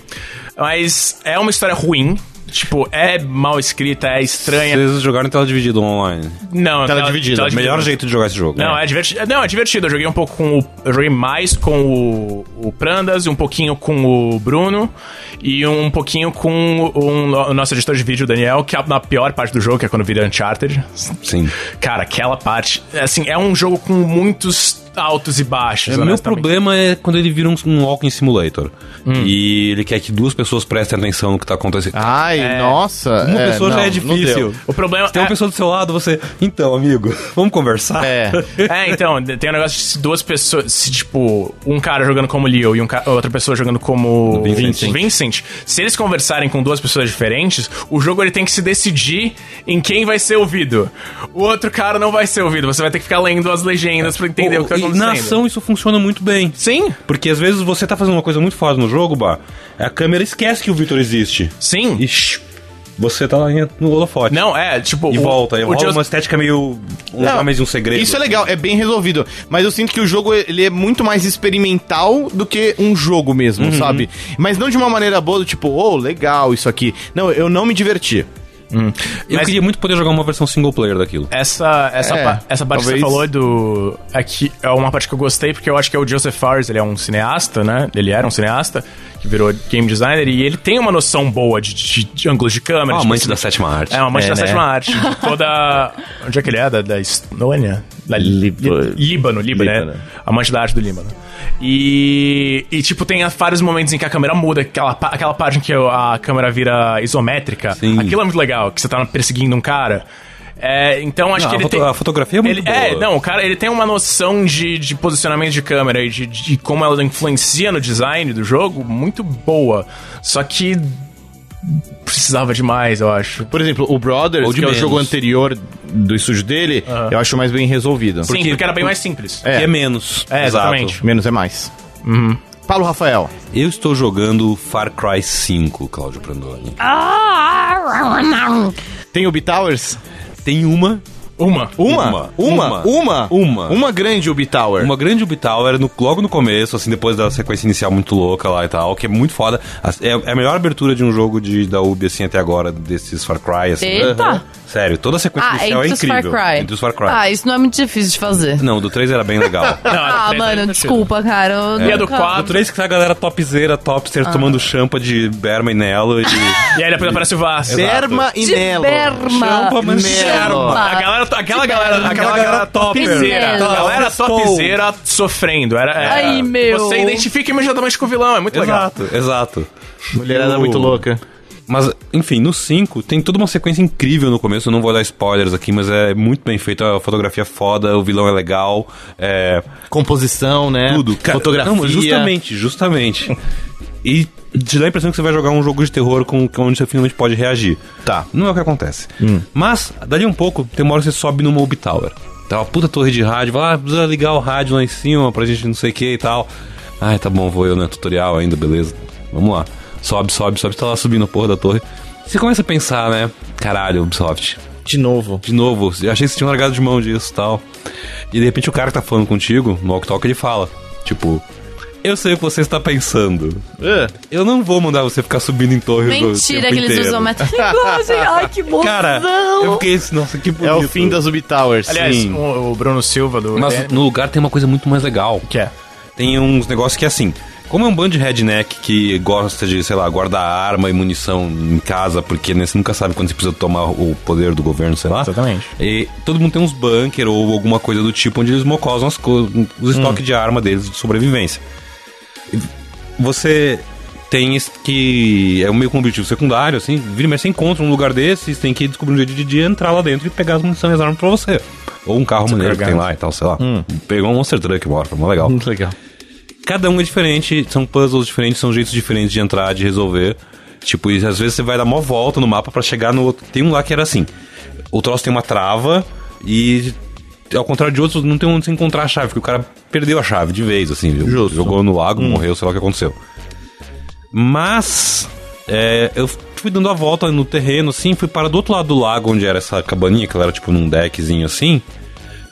E: Mas é uma história ruim. Tipo, é mal escrita, é estranha.
D: Vocês jogaram em tela dividida online.
E: Não,
A: Tela dividida.
D: O melhor jeito de jogar esse jogo.
E: Não,
D: né?
E: é divertido. Não, é divertido. Eu joguei um pouco com o. Eu joguei mais com o, o Prandas, e um pouquinho com o Bruno e um pouquinho com o, um- o nosso editor de vídeo, o Daniel, que é na pior parte do jogo, que é quando vira Uncharted.
D: Sim.
E: Cara, aquela parte. Assim, é um jogo com muitos altos e baixos.
D: É, meu
E: honestamente.
D: problema é quando ele vira um, um walking simulator.
E: Hum.
D: E ele quer que duas pessoas prestem atenção no que tá acontecendo.
E: Ah,
A: Ai, nossa.
D: uma pessoa
A: não,
D: já é
A: não
D: difícil.
A: deu.
E: O problema
D: Se tem um
E: é-
D: uma pessoa do seu lado, você. Então, amigo, vamos conversar?
A: É.
E: É, então, tem um negócio de se duas pessoas, se tipo, um cara jogando como Leo e um ca- outra pessoa jogando como
A: Vincent.
E: Vincent, se eles conversarem com duas pessoas diferentes, o jogo ele tem que se decidir em quem vai ser ouvido. O outro cara não vai ser ouvido, você vai ter que ficar lendo as legendas pra entender o, que tá
D: E
E: acontecendo.
D: Na ação isso funciona muito bem.
E: Sim,
D: Porque às vezes você tá fazendo uma coisa muito foda no jogo, Bah, a câmera esquece que o Victor existe.
E: sim.
D: E shh, você tá lá em- no holofote.
E: Não, é, tipo,
D: E
E: o-
D: volta, e
E: o
D: rola
E: Just-
D: uma estética meio. Um
A: Não,
D: mais um segredo.
A: Isso é legal, é bem resolvido. Mas eu sinto que o jogo ele é muito mais experimental do que um jogo mesmo, sabe? Mas não de uma maneira boa, do tipo, oh, legal isso aqui. Não, eu não me diverti.
D: Eu
E: Mas-
D: queria muito poder jogar uma versão single player daquilo.
E: Essa, essa,
A: É,
E: pa- essa parte que você
A: talvez.
E: falou do. É, que é uma parte que eu gostei, porque eu acho que é o Joseph Fares, ele é um cineasta, né? Ele era um cineasta, que virou game designer, e ele tem uma noção boa de, de, de ângulos de câmera.
D: Ah,
E: tipo
D: amante
E: assim,
D: da sétima arte.
E: É, um amante
A: É,
E: da
A: né?
E: sétima arte. de Toda. Onde é que ele é? Da, da Estônia? Da
F: Lipa-
E: Líbano, Líbano,
F: Líbano.
E: né? Amante da arte do Líbano. E, e, tipo, tem vários momentos em que a câmera muda, aquela, pa- aquela parte em que a câmera vira isométrica.
D: Sim.
E: Aquilo é muito legal, que você tá perseguindo um cara. É, então acho
D: Não,
E: que
D: a
E: ele
D: foto-
E: tem...
D: a fotografia é muito
E: ele,
D: boa.
E: É, não, o cara ele tem uma noção de, de posicionamento de câmera e de, de como ela influencia no design do jogo muito boa. Só que precisava demais, eu acho.
A: Por exemplo, o Brothers,
D: Ou
A: que
D: de
A: é o
D: menos.
A: jogo anterior do estúdio dele, eu acho mais bem resolvido.
E: Sim, porque era bem mais simples.
D: Que
A: É.
D: é menos.
E: É, exatamente.
A: Menos é mais. Paulo Rafael.
D: Eu estou jogando Far Cry 5, Cláudio Prandoni.
B: Ah,
A: Tem o B-Towers?
D: Tem uma,
E: Uma.
A: Uma? Uma?
D: Uma.
A: Uma?
D: Uma.
A: Uma grande Ubi Tower.
D: uma grande orbital, era no, logo no começo, assim, depois da sequência inicial muito louca lá e tal, que é muito foda. As- É, é a melhor abertura de um jogo de, da Ubi, assim, até agora, desses Far Cry, assim.
B: Eita.
D: Aham. Sério, toda a sequência
B: Ah,
D: inicial
B: entre
D: é
B: os Far
D: incrível.
B: Cry.
D: Entre os Far Cry.
B: Ah, isso não é muito difícil de fazer.
D: Não, é do 3 era bem legal.
B: Ah, mano, desculpa, cara. eu
E: E a do
B: nunca-
E: 4.
D: Do 3 que tá a galera topzera,
B: Ah.
D: topster, tomando champa de Berma e Nelo e...
E: E aí depois aparece o Vasco.
A: Berma e
B: De
A: Nelo.
B: berma.
D: Champa, mas
A: Nelo.
B: Champa.
E: A galera, aquela
B: Tipo,
E: galera, aquela galera topzera.
B: topzera.
E: A galera topzera sofrendo. Era, era-
B: Ai, meu.
E: Você identifica imediatamente com o vilão, é muito legal.
D: Exato, exato.
A: Mulherada
D: O-
A: muito louca.
D: Mas, enfim, no 5 tem toda uma sequência incrível no começo, eu não vou dar spoilers aqui, mas é muito bem feito, a fotografia é foda, o vilão é legal, é
A: Composição, né?
D: tudo. cara.
A: Fotografia.
D: Não, mas justamente, justamente. E te dá a impressão que você vai jogar um jogo de terror com, com onde você finalmente pode reagir.
A: Tá. Hum.
D: Não é o que acontece. Mas, dali um pouco, tem uma hora que você sobe numa Orb Tower. Tá uma puta torre de rádio, vai lá, precisa ligar o rádio lá em cima pra gente não sei o que e tal. Ai, tá bom, vou eu, né? Tutorial ainda, beleza. Vamos lá. Sobe, sobe, sobe, tá lá subindo a porra da torre. Você começa a pensar, né? Caralho, Ubisoft,
A: De novo.
D: de novo, eu achei que você tinha largado de mão disso e tal. E de repente o cara que tá falando contigo, no walk talk, ele fala, tipo, eu sei o que você está pensando.
A: Ah,
D: Eu não vou mandar você ficar subindo em torres o
B: Mentira
D: tempo
B: que eles
D: inteiro.
B: usam metalinguagem. Ai, que mozão.
D: Cara, eu fiquei assim, nossa, que
A: é
D: bonito.
A: o fim das Ubi Towers.
E: Aliás,
A: Sim.
E: o, o Bruno Silva do.
D: Mas
E: é,
D: no lugar tem uma coisa muito mais legal.
E: que é.
D: Tem uns negócios que é assim. Como é um bando de redneck que gosta de, sei lá, guardar arma e munição em casa, porque né, você nunca sabe quando você precisa tomar o poder do governo, sei lá.
E: Exatamente.
D: E todo mundo tem uns bunker ou alguma coisa do tipo onde eles mocosam as co- os estoques de arma deles de sobrevivência. E Você tem esse que é meio que um objetivo secundário, assim, vira e mexe, você encontra um lugar desse, você tem que descobrir um jeito de dia, entrar lá dentro e pegar as munições e as armas pra você. Ou um carro maneiro que tem lá e tal, sei lá. Pegou um Monster Truck, bora, foi mó legal.
A: Muito legal.
D: Cada um é diferente, são puzzles diferentes, são jeitos diferentes de entrar, de resolver. Tipo, e às vezes você vai dar uma volta no mapa pra chegar no outro. Tem um lá que era assim: o troço tem uma trava e. Ao contrário de outros, não tem onde você encontrar a chave, porque o cara perdeu a chave de vez, assim.
A: Justo.
D: Jogou no lago, morreu, sei lá o que aconteceu. Mas é, eu fui dando a volta no terreno, assim, fui para do outro lado do lago, onde era essa cabaninha, que ela era tipo num deckzinho assim.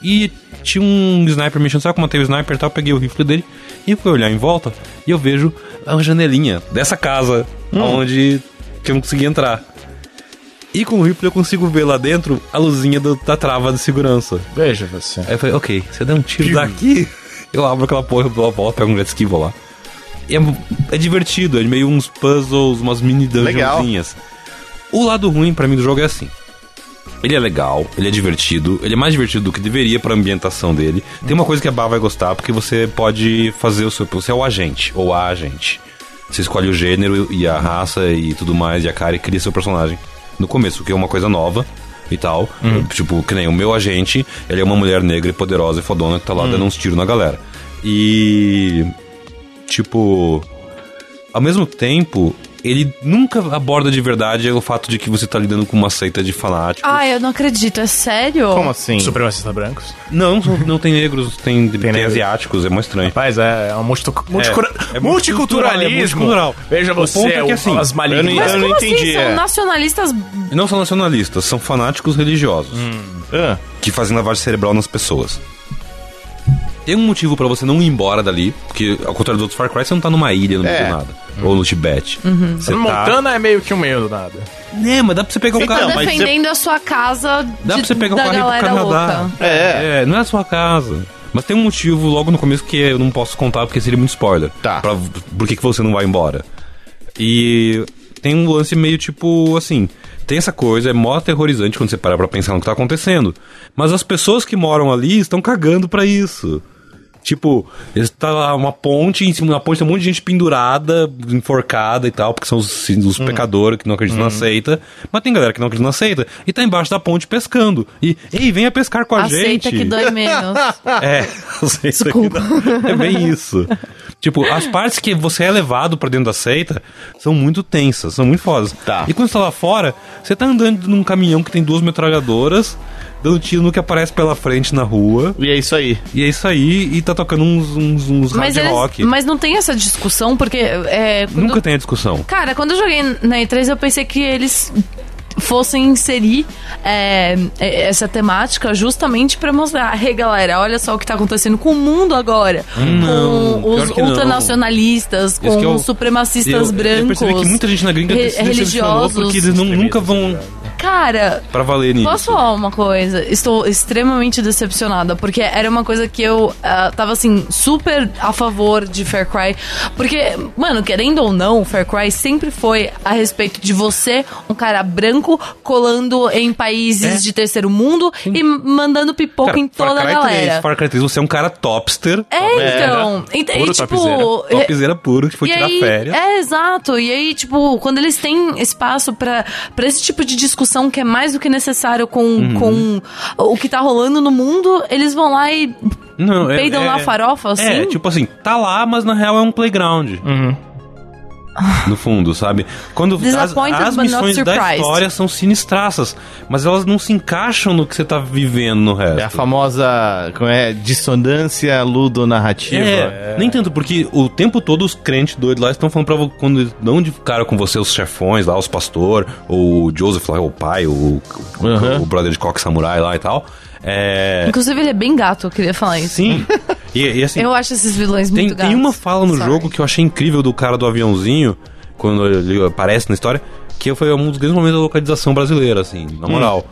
D: E tinha um sniper mexendo, sabe como tem o sniper e tal? Eu peguei o rifle dele e fui olhar em volta e eu vejo uma janelinha dessa casa, onde que eu não consegui entrar. E com o rifle eu consigo ver lá dentro a luzinha do- da trava de segurança.
E: Veja você.
D: Aí eu falei, ok, se eu der um tiro daqui, eu abro aquela porra, eu dou a volta, pego um jet ski e vou lá. E é, é divertido, é meio uns puzzles, umas mini
A: Legal.
D: dungeonzinhas. O lado ruim pra mim do jogo é assim. Ele é legal, ele é divertido, ele é mais divertido do que deveria pra ambientação dele. Tem uma coisa que a Bá vai gostar, porque você pode fazer o seu. Você é o agente, ou a agente. Você escolhe o gênero e a raça e tudo mais, e a cara, e cria seu personagem. No começo, que é uma coisa nova e tal. Tipo, que nem o meu agente, ele é uma mulher negra e poderosa e fodona que tá lá dando uns tiros na galera. E. Tipo ao mesmo tempo, ele nunca aborda de verdade o fato de que você tá lidando com uma seita de fanáticos.
B: Ai, eu não acredito. É sério?
A: Como assim?
E: Supremacistas brancos.
D: Não, não tem negros, tem, tem,
E: negros.
D: asiáticos, é mais estranho.
E: Rapaz, é, é um multi- multicura-
D: é multicultural, é
E: multiculturalismo.
D: multicultural.
E: Veja
D: O
E: você,
D: ponto é que,
E: o-
D: assim,
E: as malignas.
B: Mas
A: eu não
B: como assim?
A: entendi,
B: São
A: é.
B: nacionalistas.
D: E não são nacionalistas, são fanáticos religiosos
A: Ah,
D: que fazem lavagem cerebral nas pessoas. Tem um motivo pra você não ir embora dali, porque ao contrário dos outros Far Cry, você não tá numa ilha, não
A: É.
D: é. nada. Ou no Tibete.
B: Uhum.
D: Você tá...
E: Montana é meio que um meio do nada.
D: É, mas dá pra você pegar o
A: Então,
D: carro.
A: mas você-
B: defendendo a sua casa
D: Dá
B: de,
D: pra você pegar um
B: da
D: carro e ir pro
B: galera
D: Canadá.
B: louca.
A: É.
D: É, não é a sua casa. Mas tem um motivo logo no começo que eu não posso contar porque seria muito spoiler.
A: Tá.
D: Pra, por que, que você não vai embora? E tem um lance meio tipo assim. Tem essa coisa, é mó aterrorizante quando você para pra pensar no que tá acontecendo. Mas as pessoas que moram ali estão cagando pra isso. Tipo, está lá uma ponte, em cima da ponte tem um monte de gente pendurada, enforcada e tal, porque são os, assim, os pecadores que não acreditam na seita. Mas tem galera que não acredita na seita e tá embaixo da ponte pescando. E, ei, venha pescar com a gente.
B: Aceita que dói menos.
D: É, aceita
B: Desculpa.
D: que dá. É bem isso. Tipo, as partes que você é levado pra dentro da seita são muito tensas, são muito fodas.
A: Tá.
D: E quando você tá lá fora, você tá andando num caminhão que tem duas metralhadoras, dando tiro no que aparece pela frente na rua.
A: E é isso aí.
D: E é isso aí, e tá tocando uns, uns, uns
B: Mas,
D: hard
B: eles-
D: rock.
B: mas não tem essa discussão, porque. É, quando-
D: Nunca tem a discussão.
B: Cara, quando eu joguei na E3, eu pensei que eles fossem inserir é, é, essa temática justamente pra mostrar, "Hey, galera, olha só o que tá acontecendo com o mundo agora,
D: Hum, Não,
B: com os
D: pior que não.
B: ultranacionalistas,
D: Isso
B: com
D: que eu-
B: os supremacistas
D: eu, eu
B: brancos,
D: percebi que muita gente na gringa
B: re-
D: se decepcionou
B: religiosos.
D: porque eles não, nunca vão
B: Cara,
D: pra valer nisso.
B: Posso falar um uma coisa? Estou extremamente decepcionada, porque era uma coisa que eu ah, tava assim, super a favor de Far Cry. Porque, mano, querendo ou não, Far Cry sempre foi a respeito de você, um cara branco, colando em países
D: É.
B: de terceiro mundo e mandando pipoca
D: Cara,
B: em toda a
D: Far Cry 3,
B: galera.
D: Far Cry 3, você é um cara topster.
B: É, então. Ent- E,
E: Puro
B: tipo.
E: topzera.
B: é-
D: Topzera puro, que foi tirar
B: aí,
D: férias.
B: É, exato. E aí, tipo, quando eles têm espaço pra pra esse tipo de discussão que é mais do que necessário com,
D: Uhum.
B: com o que tá rolando no mundo, eles vão lá e
D: Não,
B: peidam lá a farofa, assim.
D: É, tipo assim, tá lá, mas na real é um playground. Uhum. No fundo, sabe? Quando as,
B: Disappointed,
D: as
B: but not
D: missões da
B: surprised.
D: história são sinistraças, mas elas não se encaixam no que você tá vivendo no resto.
A: É a famosa como é, dissonância ludonarrativa.
D: É, nem tanto, porque o tempo todo os crentes doidos lá estão falando pra vo- quando eles dão de cara com você, os chefões lá, os pastor, ou o Joseph lá, o pai, o, o,
A: Uhum.
D: o brother de coque samurai lá e tal. É.
B: Inclusive, ele é bem gato, eu queria falar isso.
D: Sim. E, e assim,
B: Eu acho esses vilões
D: tem,
B: muito gatos.
D: tem uma fala no
B: Sorry.
D: jogo que eu achei incrível do cara do aviãozinho, quando ele aparece na história, que foi um dos grandes momentos da localização brasileira, assim,
B: Hum.
D: na moral.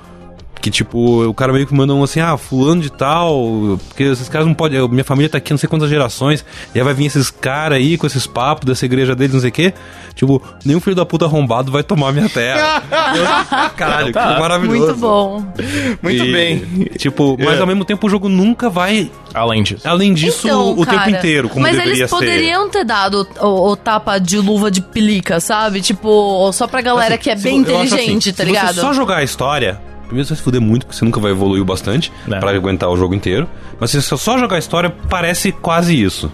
D: Que tipo, o cara meio que mandou um assim, ah, fulano de tal, porque esses caras não podem. Minha família tá aqui não sei quantas gerações, e aí vai vir esses caras aí com esses papos dessa igreja deles, não sei o quê. Tipo, nenhum filho da puta arrombado vai tomar minha terra. Eu- Caralho, que maravilhoso.
B: Muito bom.
A: Então tá. Muito
D: E,
A: bem. É.
D: Tipo, mas ao mesmo tempo o jogo nunca vai
E: Além disso.
D: além disso
B: Então,
D: o
B: cara,
D: tempo inteiro, como
B: Mas
D: deveria
B: eles
D: ser.
B: poderiam ter dado o, o tapa de luva de pelica, sabe? Tipo, só pra galera que é
D: Assim, Se
B: bem
D: vo- eu acho
B: inteligente,
D: assim,
B: tá ligado?
D: Se você só jogar a história, primeiro você vai se fuder muito, porque você nunca vai evoluir bastante
E: Não.
D: pra aguentar o jogo inteiro. Mas se você só jogar a história, parece quase isso.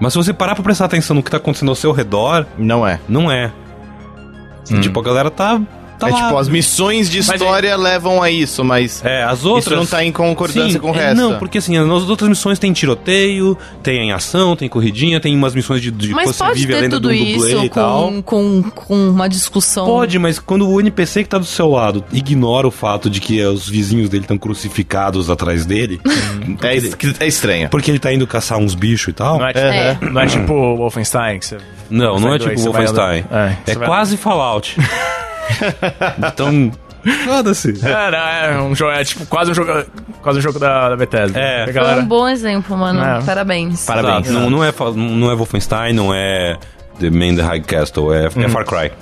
D: Mas se você parar pra prestar atenção no que tá acontecendo ao seu redor,
A: Não é.
D: não é. Tipo, a galera tá. tá
A: é
D: lá.
A: tipo, as missões de história levam a isso, mas
D: É, as outras.
A: não tá em concordância com o
D: é,
A: resto.
D: Não, porque assim, nas outras missões tem tiroteio, tem ação, tem corridinha, tem umas missões de, de
B: Mas
D: você
B: pode
D: vive a
B: ter
D: lenda
B: tudo
D: do dublê
B: isso
D: e tal.
B: com, com, com uma discussão.
D: Pode, mas quando o NPC que tá do seu lado ignora o fato de que eh, os vizinhos dele estão crucificados atrás dele,
A: é, es- é estranho.
D: porque ele tá indo caçar uns bichos e tal.
E: Não é,
B: É.
E: tipo- não é tipo Wolfenstein, que você...
D: Não, não
E: Sai
D: é tipo
E: dois, você vai
D: Wolfenstein.
E: andando. É,
D: É,
E: você vai
D: quase Fallout. então. Foda-se.
E: É, não, é um jogo, é tipo quase um jogo, quase um jogo da, da Bethesda.
D: É.
E: Que
B: Foi
E: a galera...
B: um bom exemplo, mano.
E: É.
B: Parabéns.
A: Parabéns.
D: Exato. Não, não, é, fa- não é Wolfenstein, não é The Man in the High Castle, é,
E: Hum.
D: é Far Cry.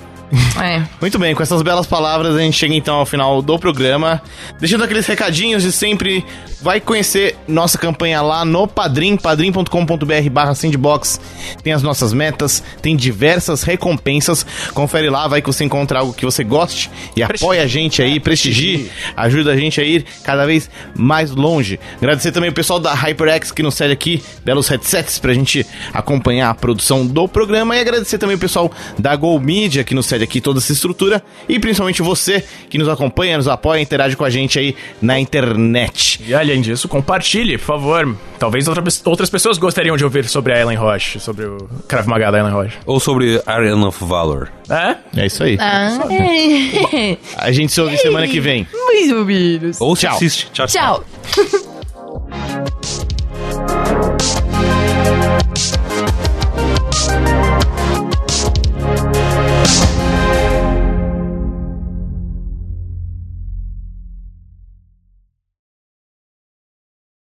B: É.
A: Muito bem, com essas belas palavras a gente chega então ao final do programa. Deixando aqueles recadinhos de sempre, vai conhecer nossa campanha lá no Padrim, padrim.com.br barra Sandbox. Tem as nossas metas, tem diversas recompensas. Confere lá, vai que você encontra algo que você goste e apoia a gente
D: É,
A: aí, prestigie, ajuda a gente a ir cada vez mais longe. Agradecer também o pessoal da HyperX que nos cede aqui belos headsets pra gente acompanhar a produção do programa e agradecer também o pessoal da Go Media que nos cede aqui toda essa estrutura e principalmente você que nos acompanha, nos apoia, interage com a gente aí na internet.
E: E além disso, compartilhe, por favor. Talvez outra, outras pessoas gostariam de ouvir sobre a Ellen Roche, sobre o Krav Maga da Ellen Roche.
D: Ou sobre Iron of Valor.
E: É?
A: É isso aí.
B: Ah,
A: A gente se ouve semana que vem.
B: Muito bem.
A: Tchau.
D: Ou se assiste. Tchau, tchau.
B: Tchau.